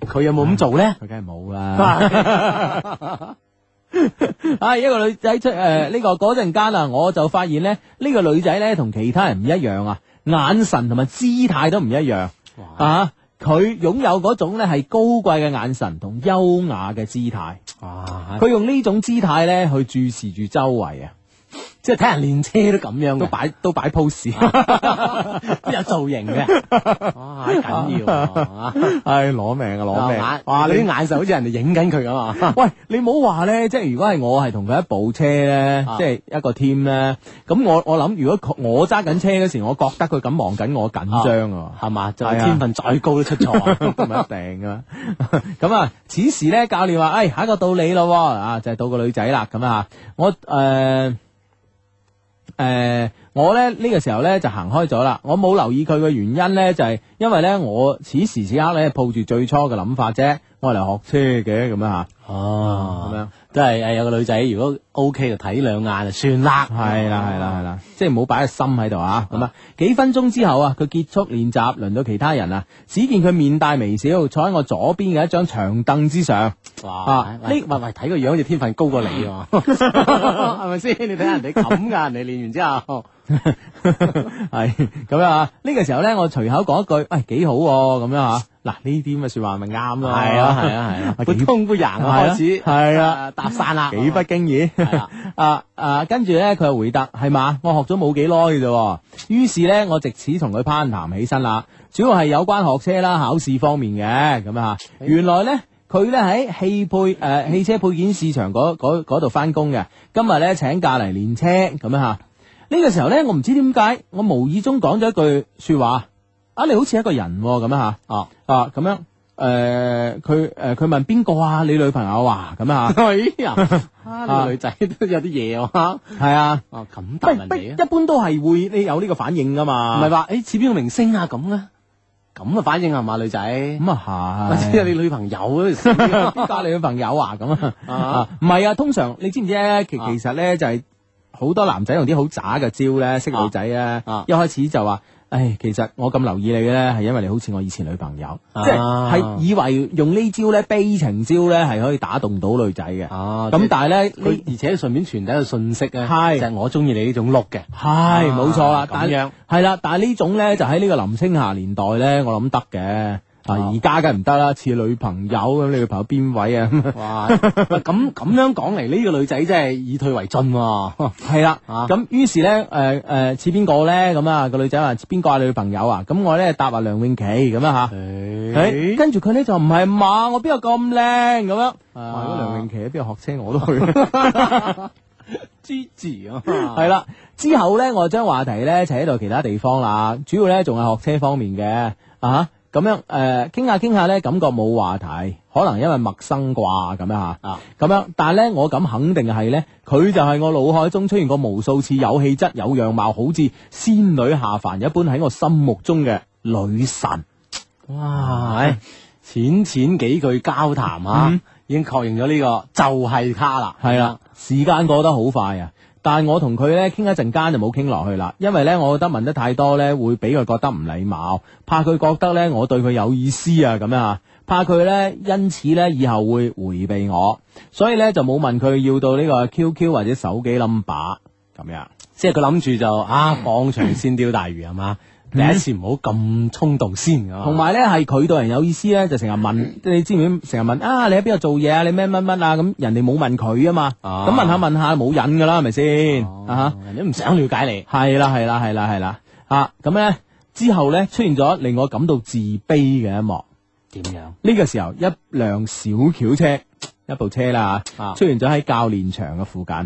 佢有冇咁做咧？
佢梗係冇啦。 啊！一個女仔出诶，呢、個嗰陣間啊，我就發現咧，呢、個女仔咧同其他人唔一樣啊，眼神同埋姿態都唔一樣
哇
啊。佢擁有嗰種咧係高貴嘅眼神同優雅嘅姿態，
哇
佢用呢種姿態咧去注視住周圍啊，
即係睇人練車都咁樣
都
嘅，
擺都擺 pose，
都有造型嘅，哇，緊要 啊！
唉攞命啊攞命！
哇！你啲眼神好似人哋影緊佢咁啊！
喂，你唔好話咧，即係如果係我係同佢一部車咧，
啊
即係一個 team 咧，咁我我諗如果佢我揸緊車嗰時，我覺得佢咁望緊我緊張啊。
係嘛？就
係啊
天分再高都出錯 啊！
唔一定噶。 咁啊，此時咧，教練話：，诶、下一個到你咯喎，啊，就係到個女仔啦。咁啊，我诶诶、呃我咧呢、呢個時候咧就行開咗啦。我冇留意佢嘅原因咧，就係因為咧，我此時此刻咧抱住最初嘅諗法啫，我係嚟學車嘅咁樣啊吓。
哦
咁樣
都係誒有個女仔，如果 O K 就睇兩眼就算啦。
系啦系啦系啦，即系唔好擺個心喺度啊！咁啊，幾分鐘之後啊，佢結束練習，輪到其他人啊。只見佢面帶微笑，坐喺我左邊嘅一張長凳之上。
哇！
啊
呢喂喂睇個樣就天分高過你 喎，係咪先？你睇下人哋咁噶，人哋練完之後，
系咁样啊！呢、個時候咧，我隨口講一句，喂、幾好喎咁樣啊！嗱，呢啲咁嘅说話咪啱咯。
係啊係啊係啊，
啊
撥
幾
通個人啊開始
係啊
啊搭散啦，
幾不經意
係啦
啊啊！跟住咧，佢又回答係嘛，我學咗冇幾耐嘅啫喎。於是咧，我藉此同佢攀談起身啦。主要係有關學車啦、考試方面嘅咁啊。原來咧，佢咧喺汽配誒、呃汽車配件市場嗰嗰嗰度翻工嘅。今日咧請假嚟練車咁樣嚇。呢個時候咧，我唔知點解，我無意中講咗一句説話啊，你好似一個人喎咁樣嚇。
哦，
啊咁樣。誒佢誒佢問邊個啊？你女朋友啊？咁啊
哎 呀，啊呢個女仔都有啲嘢喎。
係啊，
哦，咁答
不
人
不，
哋
一
啊，
般都係會你有呢個反應噶
唔
嘛，
係話誒似邊個明星啊咁嘅，咁嘅反應係嘛女仔，
咁啊
或
係，
者你女朋友嗰陣時
邊個啊你嘅朋友啊咁啊
啊
啊，唔係啊，通常你知唔知咧？其
啊
其實咧就係好多男仔用啲好渣嘅招咧識女仔咧
啊啊，
一開始就話。唉，其實我咁留意你嘅咧，係因為你好似我以前女朋友，
啊
即係係以為用呢招咧悲情招咧係可以打動到女仔嘅。
啊
咁但係咧，呢
佢而且順便傳遞一個信息咧，
係
就係我中意你呢種碌嘅，
係冇錯啦
啊，
但
咁樣
係啦，但係呢種咧就喺呢個林青霞年代咧，我諗得嘅。
哦
啊！而家梗係唔得啦，似女朋友咁，你女朋友邊位啊？
哇！喂咁咁樣講嚟，呢個女仔真係以退為進喎，
係啦，
啊
咁於是咧，誒誒似邊個咧？咁啊，個女仔話似邊個啊？你女朋友啊？咁我咧答話梁詠琪咁 啊嚇。誒
誒
跟住佢咧就唔係嘛，我邊有咁靚咁樣？哇！
啊
如果梁詠琪喺邊度學車我都去。
支持 啊，
係啦，之後咧我將話題咧就喺到其他地方啦，主要咧仲係學車方面嘅啊。咁樣誒傾下傾下咧，感覺冇話題，可能因為陌生啩咁樣嚇。
啊
咁樣，但係咧，我敢肯定係咧，佢就係我腦海中出現過無數次有氣質、有樣貌，好似仙女下凡一般喺我心目中嘅女神。
哇！係淺淺幾句交談啊
嗯，
已經確認咗呢個就係他啦，
係啦，時間過得好快啊！但係我同佢咧傾一陣間就冇傾落去啦，因為咧我覺得問得太多咧會俾佢覺得唔禮貌，怕佢覺得咧我對佢有意思啊咁樣啊，怕佢咧因此咧以後會迴避我，所以咧就冇問佢要到呢個 QQ 或者手機 number 咁樣。
即係佢諗住就啊放長線釣大魚係嘛，第一次唔好咁衝動先啊。
嗯同埋咧係佢對人有意思咧，就成日問
嗯
你知唔知？成日問啊，你喺邊度做嘢啊？你咩乜乜啊？咁人哋冇問佢啊嘛，
啊
咁問下問下冇癮噶啦，係咪先啊
啊，？人哋唔想了解你。
係啦係啦係啦係啦啊！咁咧之後咧出現咗令我感到自卑嘅一幕。
點樣？
呢個時候，一輛小轎車，一部車啦
啊
吓，出現咗喺教練場嘅附近。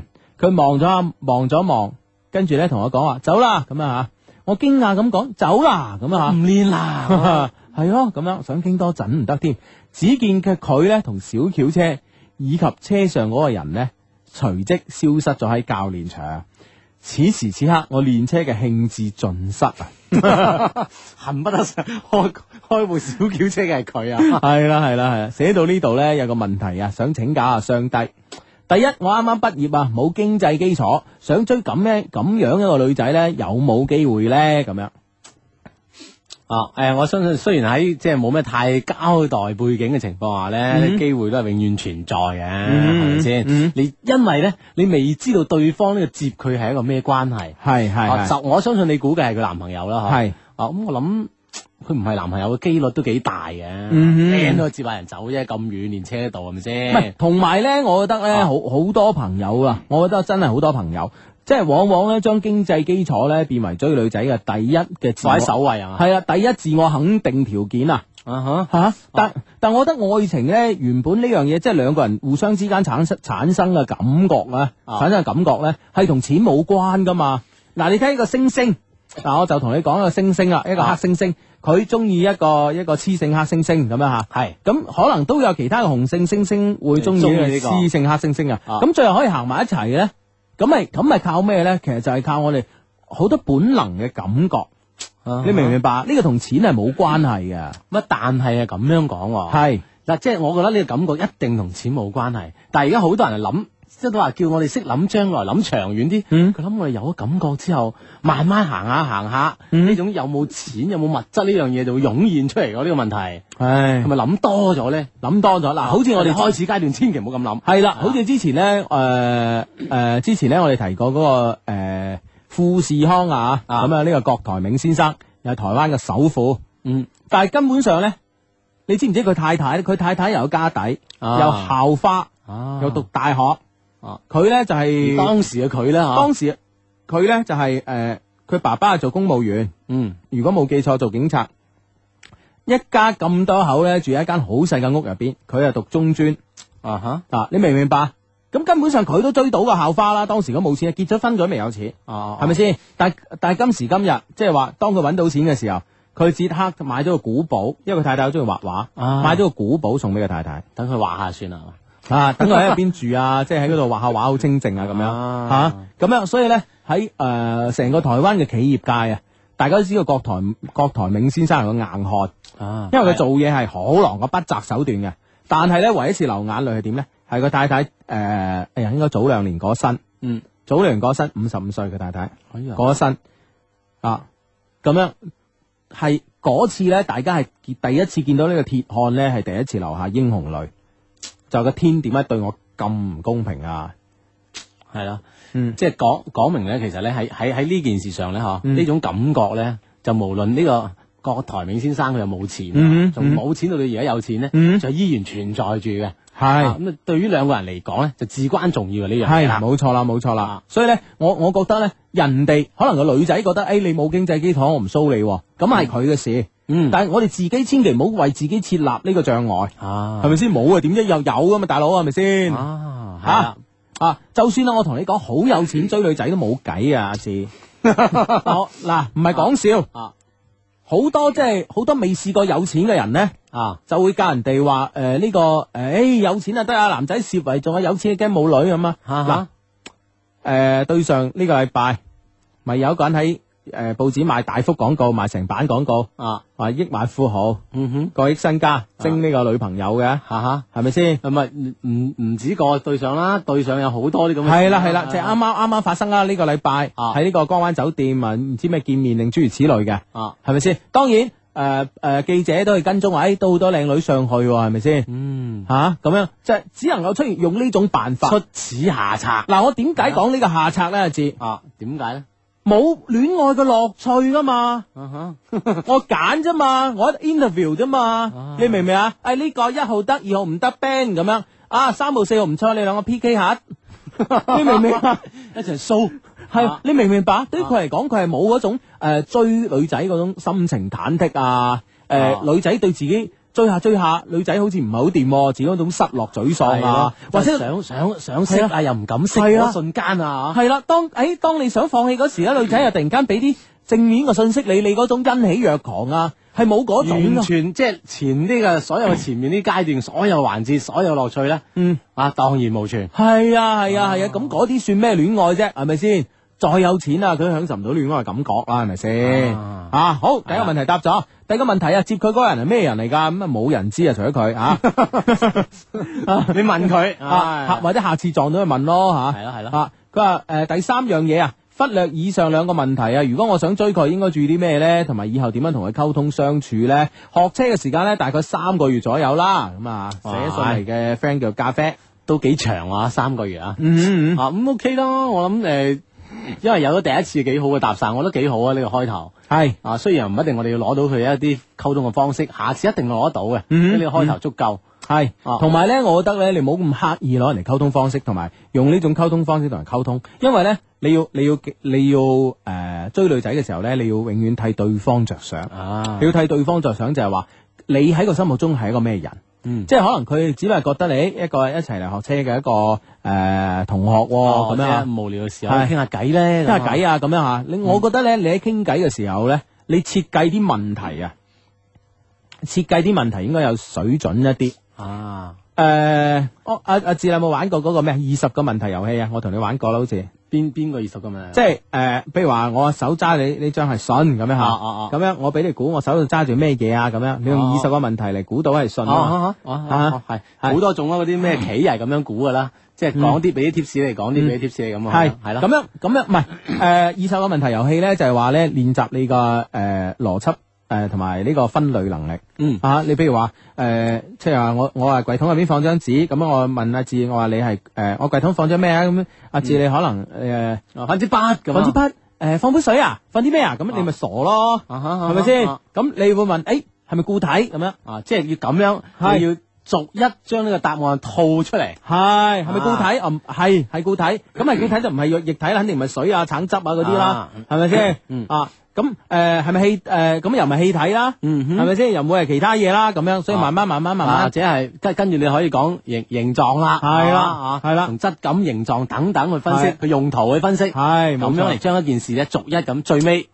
佢望咗下望咗望，跟住咧同我講話走啦咁啊吓。我驚訝咁講走啦咁啊
唔練啦。
吓， 係咯咁樣想傾多陣唔得添。只見嘅佢咧同小轎車以及車上嗰個人咧，隨即消失咗喺教練場。此時此刻，我練車嘅興致盡失啊！
恨不得上開開部小轎車嘅係佢啊！
系啦系啦系啦，寫到呢度呢，有個問題啊，想請教下上帝。第一，我啱啱畢業啊，冇經濟基礎，想追咁咧咁樣一個女仔呢，有冇機會呢？咁樣
啊，誒、我相信雖然喺即係冇咩太交代背景嘅情況下
嗯
咧，機會都係永遠存在嘅，係咪先？你因為咧，你未知道對方呢個接佢係一個咩關係，
係係
啊，
係
就我相信你估計係佢男朋友啦，嚇。
係
啊，咁我諗佢唔係男朋友嘅機率都幾大嘅
嗯哼
，friend 都接下人走啫，咁遠連車度係
唔
咪
係
先？
同埋呢，我覺得呢，
啊
好好多朋友啊，我覺得真係好多朋友，即係往往呢，將經濟基礎呢變為追女仔嘅第一嘅自
坐
我
喺首位啊，
係啊，第一自我肯定條件啊。
啊哈，
吓、但但我覺得愛情咧，原本呢樣嘢即係兩個人互相之間產生產生嘅感覺咧，
啊
產生嘅感覺咧，係同錢冇關噶嘛。嗱，你睇一個星星，嗱，我就同你講一個星星啦，一個
啊
黑星星，佢中意一個一個雌性黑星星咁樣吓。
係
咁可能都有其他嘅雄性星星會中意
中意
呢
呢個
個雌性黑星星啊，
啊
咁最後可以行埋一齊嘅咧，咁咪咁咪靠咩咧？其實就係靠我哋好多本能嘅感覺，你明唔明白？呢、個同錢係冇關係嘅，
啊乜？但係啊，咁樣講喎。
係。
嗱，即係我覺得呢個感覺一定同錢冇關係，但係而家好多人係諗，即係都話叫我哋識諗將來，諗長遠啲。
嗯
佢諗我哋有咗感覺之後，慢慢行下行下，
嗯
呢種有冇錢有冇物質呢樣嘢就會湧現出嚟咯。呢個問題
唉
係咪諗多咗咧？
諗多咗嗱，好似我
我哋
哋
開
開
始階段千祈唔好咁諗。
係啦，好似之前咧，誒誒，之前咧我哋提過嗰個誒富士康啊，
啊
咁啊呢個郭台銘先生又係台灣嘅首富，
嗯，
但係根本上咧，你知唔知佢太太？佢太太又有家底，
啊
又校花，
啊
又讀大學
啊，
佢咧就係
當時嘅佢啦嚇，
當時佢咧就係誒，佢爸爸係做公務員。
嗯
如果冇記錯做警察，一家咁多口咧住喺一間好細嘅屋入邊，佢係讀中專。
啊哈
啊，你明唔明白？咁根本上佢都追到個校花啦，當時都冇錢，結咗婚咗未有錢，
啊
係咪先？但但係今時今日，即係話當佢揾到錢嘅時候，佢捷克買咗個古堡，因為佢太太好中意畫畫，
啊
買咗個古堡送俾佢太太。
等佢畫下算啦？係嘛
啊，等佢喺入邊住啊，即係喺嗰度畫下畫好清靜啊，咁樣
啊
吓，咁樣所以咧喺誒成個台灣嘅企業界啊，大家都知道郭台郭台銘先生係個硬漢。
啊
因為佢做嘢係好狼嘅不擇手段嘅，但係咧唯一一次流眼淚係點咧？係佢太太誒，哎、呀，應該早兩年過身，
嗯，
早兩年過身，五十五歲佢太太
哎呀
過咗身啊，咁樣係嗰次咧，大家係見第一次見到呢個鐵漢咧，係第一次流下英雄淚，就個天點解對我咁唔公平啊？
係啦，
嗯
即係講講明咧，其實咧喺喺喺呢件事上咧，嗬、
嗯
呢種感覺咧，就無論呢個郭台銘先生佢有冇錢
嗯
啊，
嗯
從冇、錢到到而家有錢咧，
嗯
就依然存在住嘅。啊
係。
咁啊，對於兩個人嚟講咧，就至關重要嘅呢樣
係
嘢
啦，
啦。
冇錯啦，冇錯啦
啊。
所以咧，我我覺得咧，人哋可能個女仔覺得，誒、哎你冇經濟基礎，我唔騷你喎，咁係佢嘅事。
嗯，
但係我哋自己千祈唔好為自己設立呢個障礙，
啊
係咪先？冇啊，點啫？又有噶嘛，大佬係咪先？
啊，係
吓
啦，
啊！就算啦，我同你講好有錢追女仔都冇計啊，阿 志。我嗱唔係講笑
啊，
好多即係好多未試過有錢嘅人呢，
啊，
就會教人哋話誒呢個誒、誒有錢啊得啊，男仔涉為仲有有錢驚冇女咁啊。
啊
嗱誒對上呢個禮拜咪有一個人喺誒報紙賣大幅廣告，賣成版廣告，
啊，
話億萬富豪。
嗯哼，
個億身家徵呢個女朋友嘅，
哈哈，
係咪先？
咁啊，唔唔唔止個對象啦，對象有好多啲咁嘅事。
係啦係啦，就係啱啱啱啱發生啦，呢個禮拜
啊
喺呢個江灣酒店啊，唔知咩見面定諸如此類嘅，
啊，
係咪先？當然誒誒，記者都去跟蹤話，誒都好多靚女上去喎，係咪先？
嗯，
吓咁樣即係只能夠出現用呢種辦法。
出此下策
嗱，我點解講呢個下策咧？阿志
啊？點解咧？啊
冇恋爱嘅乐趣噶嘛，我拣啫嘛，我 interview 啫嘛，你明唔明啊？诶呢个一号得，二號唔得 band 咁樣啊，三號四號唔錯，你兩個 PK 下，你明唔明啊？
一場 show
系
啊
你明唔明白？對於佢嚟講，佢係冇嗰種诶追女仔嗰種心情忐忑啊，诶
啊
女仔對自己。追下追下，女仔好似唔係好掂喎，自己嗰種失落沮
係
喪
咯
啊，
或
或
者
者
想想想識
係
啊，又唔敢識
係啊
嗰瞬間啊，
系啦，當诶、当你想放棄嗰時咧，女仔又突然間俾啲正面嘅信息你，你嗰種欣喜若狂啊，係冇嗰種啊
完
噶。
全即係前呢嘅所有嘅前面呢階段，所有環節，所有樂趣咧，
嗯，
啊，荡然無存。
係啊，係啊，係啊，咁嗰啲算咩戀愛啫？係咪先？再有錢啊，佢都享受唔到戀愛嘅感覺啦，係咪先？
啊
啊，好，第一個問題答咗，第二個問題啊，接佢嗰個人係咩人嚟㗎？咁啊，冇人知啊，除咗佢 啊，
你問佢
啊下
啊，
或者下次撞到佢問咯吓。
係咯係咯，
啊，佢話诶第三樣嘢啊，忽略以上兩個問題啊。如果我想追佢，應該注意啲咩呢？同埋以後點樣同佢溝通相處呢？學車嘅時間呢，大概三個月左右啦。咁啊，寫
哇
信嚟嘅 friend 叫咖啡。
都幾長啊，三個月啊。
嗯
啊，咁 OK 啦，我諗诶，因為有咗第一次幾好嘅搭訕，我覺得幾好啊呢個開頭。
系
啊，雖然唔一定我哋要攞到佢一啲溝通嘅方式，下次一定攞得到嘅，呢、
嗯
個開頭足夠。
系
啊，
同埋呢，我覺得呢，你唔好咁刻意攞人哋溝通方式，同埋用呢種溝通方式同人溝通，因為呢，你要你要你要诶、呃追女仔嘅時候呢，你要永遠替對方着想。
啊
你要替對方着想，就係話你喺個心目中係一個咩人？
嗯
即係可能佢只係覺得你一個一齊嚟學車嘅一個誒、呃同學喎、
哦，
咁、
咁
樣啊
樣無聊嘅時候
係
傾下偈咧，
傾下偈啊咁樣嚇。
嗯
你我覺得咧，你喺傾偈嘅時候咧，你設計啲問題啊，設計啲問題應該有水準一啲。
啊，
誒，我阿阿志你有冇玩過嗰個咩二十個問題遊戲啊？我同你玩過啦，好似。
邊邊個二十咁啊？
即係誒，呃譬如話我手揸你呢張係信咁樣嚇，
啊啊啊
咁樣我俾你估我手度揸住咩嘢啊咁樣，你用
哦
二十個問題嚟估到係信啊嘛。
啊啊啊啊，係好多種啊，嗰啲咩棋又係咁樣估噶啦，即係講啲俾啲 tips 你，講啲俾啲 tips 你咁啊，
嗯係
係啦，
咁樣咁樣唔係誒二十個問題遊戲咧，就係話咧練習你個誒邏輯誒同埋呢個分類能力。
嗯
啊，你譬如話誒，即係話我我話櫃桶入邊放張紙，咁樣我問阿志，我話你係誒我櫃桶放咗咩啊？咁樣阿志你可能
啊分之八
誒
咁
放支
啊，
筆誒放杯水啊，放啲咩啊？咁你咪傻咯，
啊哈啊
係咪先？
啊
咁你會問誒係咪固體咁樣？
啊，即係要咁樣，
係
你要逐一將呢個答案套出嚟。
系系咪固體？
啊
啊唔係係固體，咁係固體就唔係液液體啦，肯定唔係水啊、橙汁啊嗰啲啦
啊，
係咪先
嗯？
啊，咁诶係咪氣诶咁又唔係氣體啦？
嗯哼
係咪先？又唔會係其他嘢啦，咁樣，所以
啊
慢慢慢慢慢
啊或
慢，
者係跟跟住你可以講形形狀啦，
係啦
啊
係啦
同質感、形狀等等去分析，
係
佢用途去分析，咁
係冇
樣嚟
錯，
將一件事咧逐一咁最尾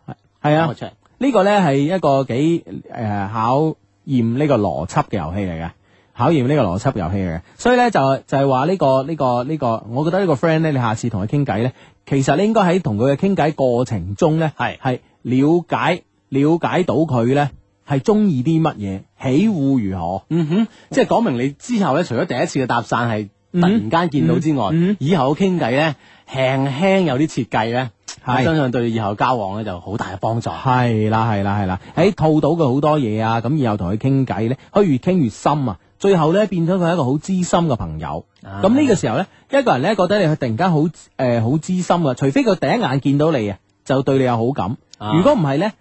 係
講
啊，
出嚟。
呢個咧係一個幾诶考驗呢個邏輯嘅遊戲嚟嘅。考驗呢個邏輯遊戲嚟嘅，所以咧就就係話呢個呢個呢個，我覺得呢個 friend 咧，你下次同佢傾偈咧，其實你應該喺同佢嘅傾偈過程中咧，
係
係了解了解到佢咧係中意啲乜嘢，喜惡如何。
嗯哼，即係講明你之後咧，除咗第一次嘅搭訕係
嗯
突
哼
然間見到之外，
嗯嗯
以後嘅傾偈咧輕輕有啲設計咧，我
係
相信對以後交往咧就好大嘅幫助。
嗯係啦係啦係啦，喺套到佢好多嘢啊，咁以後同佢傾偈咧，可以越傾越深啊，最後咧變咗佢係一個好知心嘅朋友。咁呢個時候咧，一個人咧覺得你突然間好誒好知心啊，除非佢第一眼見到你啊，就對你有好感。
啊
如果唔係咧，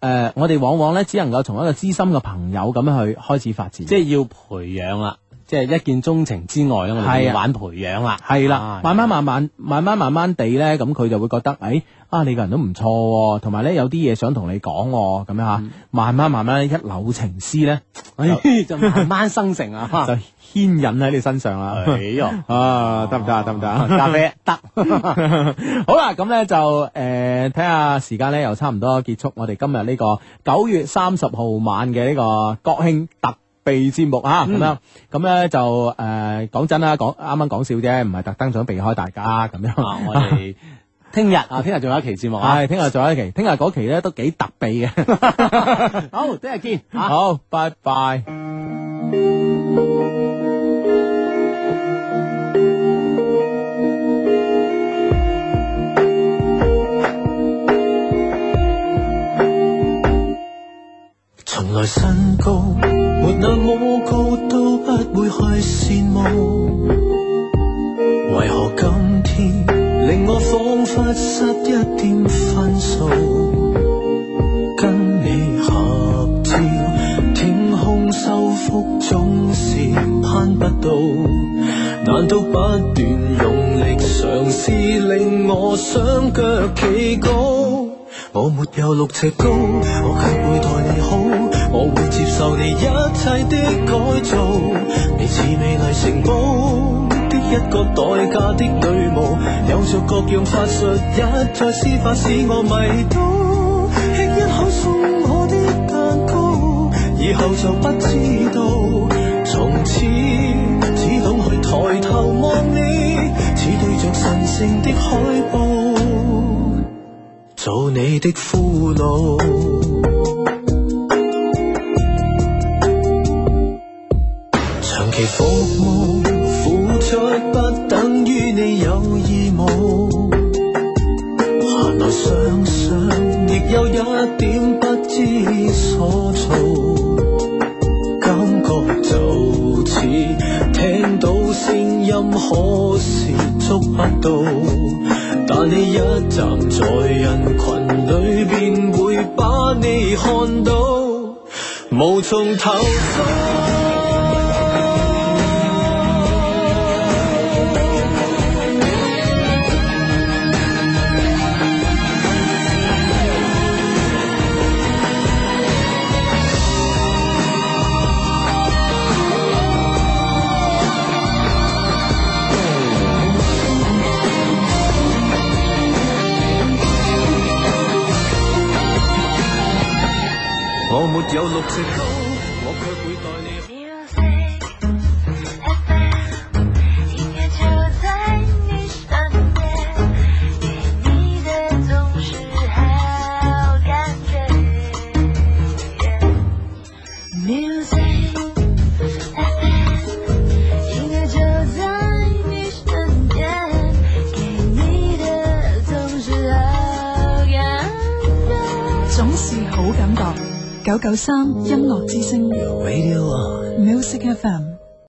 誒、我哋往往咧只能夠從一個知心嘅朋友咁樣去開始發展。
即係要培養啦，即係一見鍾情之外咧，我哋
係
要
啊
玩培養 啦。
係啦
啊，
慢慢慢慢慢慢慢慢地咧，咁佢就會覺得，誒、啊你個人都唔錯喎，同埋咧有啲嘢想同你講喎，咁樣
嗯
嚇，慢慢慢慢一縷情絲咧
唉哎 就慢慢生成 啊。
就牽引喺你身上啦。
哎呀！
啊，得唔得啊？得唔得啊？
咖啡 得，
好啦，咁呢就诶睇下時間呢，又差唔多結束，我哋今日呢個九月三十號晚嘅呢個國慶特備節目啊，咁樣咁呢就诶講真啦，講啱啱講笑啫，唔係特登想避開大家咁
啊
樣。！
我哋聽日啊，聽日仲有一期節目啊，
係，聽日仲有一期，聽日嗰期呢都幾特備嘅。
好，聽日見啊。
好，拜拜。
從來身高沒那麼高都不會去羨慕，為何今天令我彷彿失一點憤
想腳企高。我沒有六尺高，我卻會待你好，我會接受你一切的改造。你似美麗城堡的一個代價的女巫，有着各樣法術，一再施法使我迷倒。吃一口送我的蛋糕，以後就不知道，從此只懂去抬頭望你，似對着神聖的海報，做你的俘虜。長期服務付出不等於你有義務，閒來想想亦有一點不知所措，感覺就似聽到聲音，可是捉不到。但你一站在人群裏，便會把你看到，無從投訴。我沒有六尺高，我卻會待你好。
Music FM，音乐就在你身边，给你的总是好感觉。Music FM，音乐就在你身边，给你的总是好感觉。
总是好感觉。九九三音乐之声
Radio on.
，Music FM。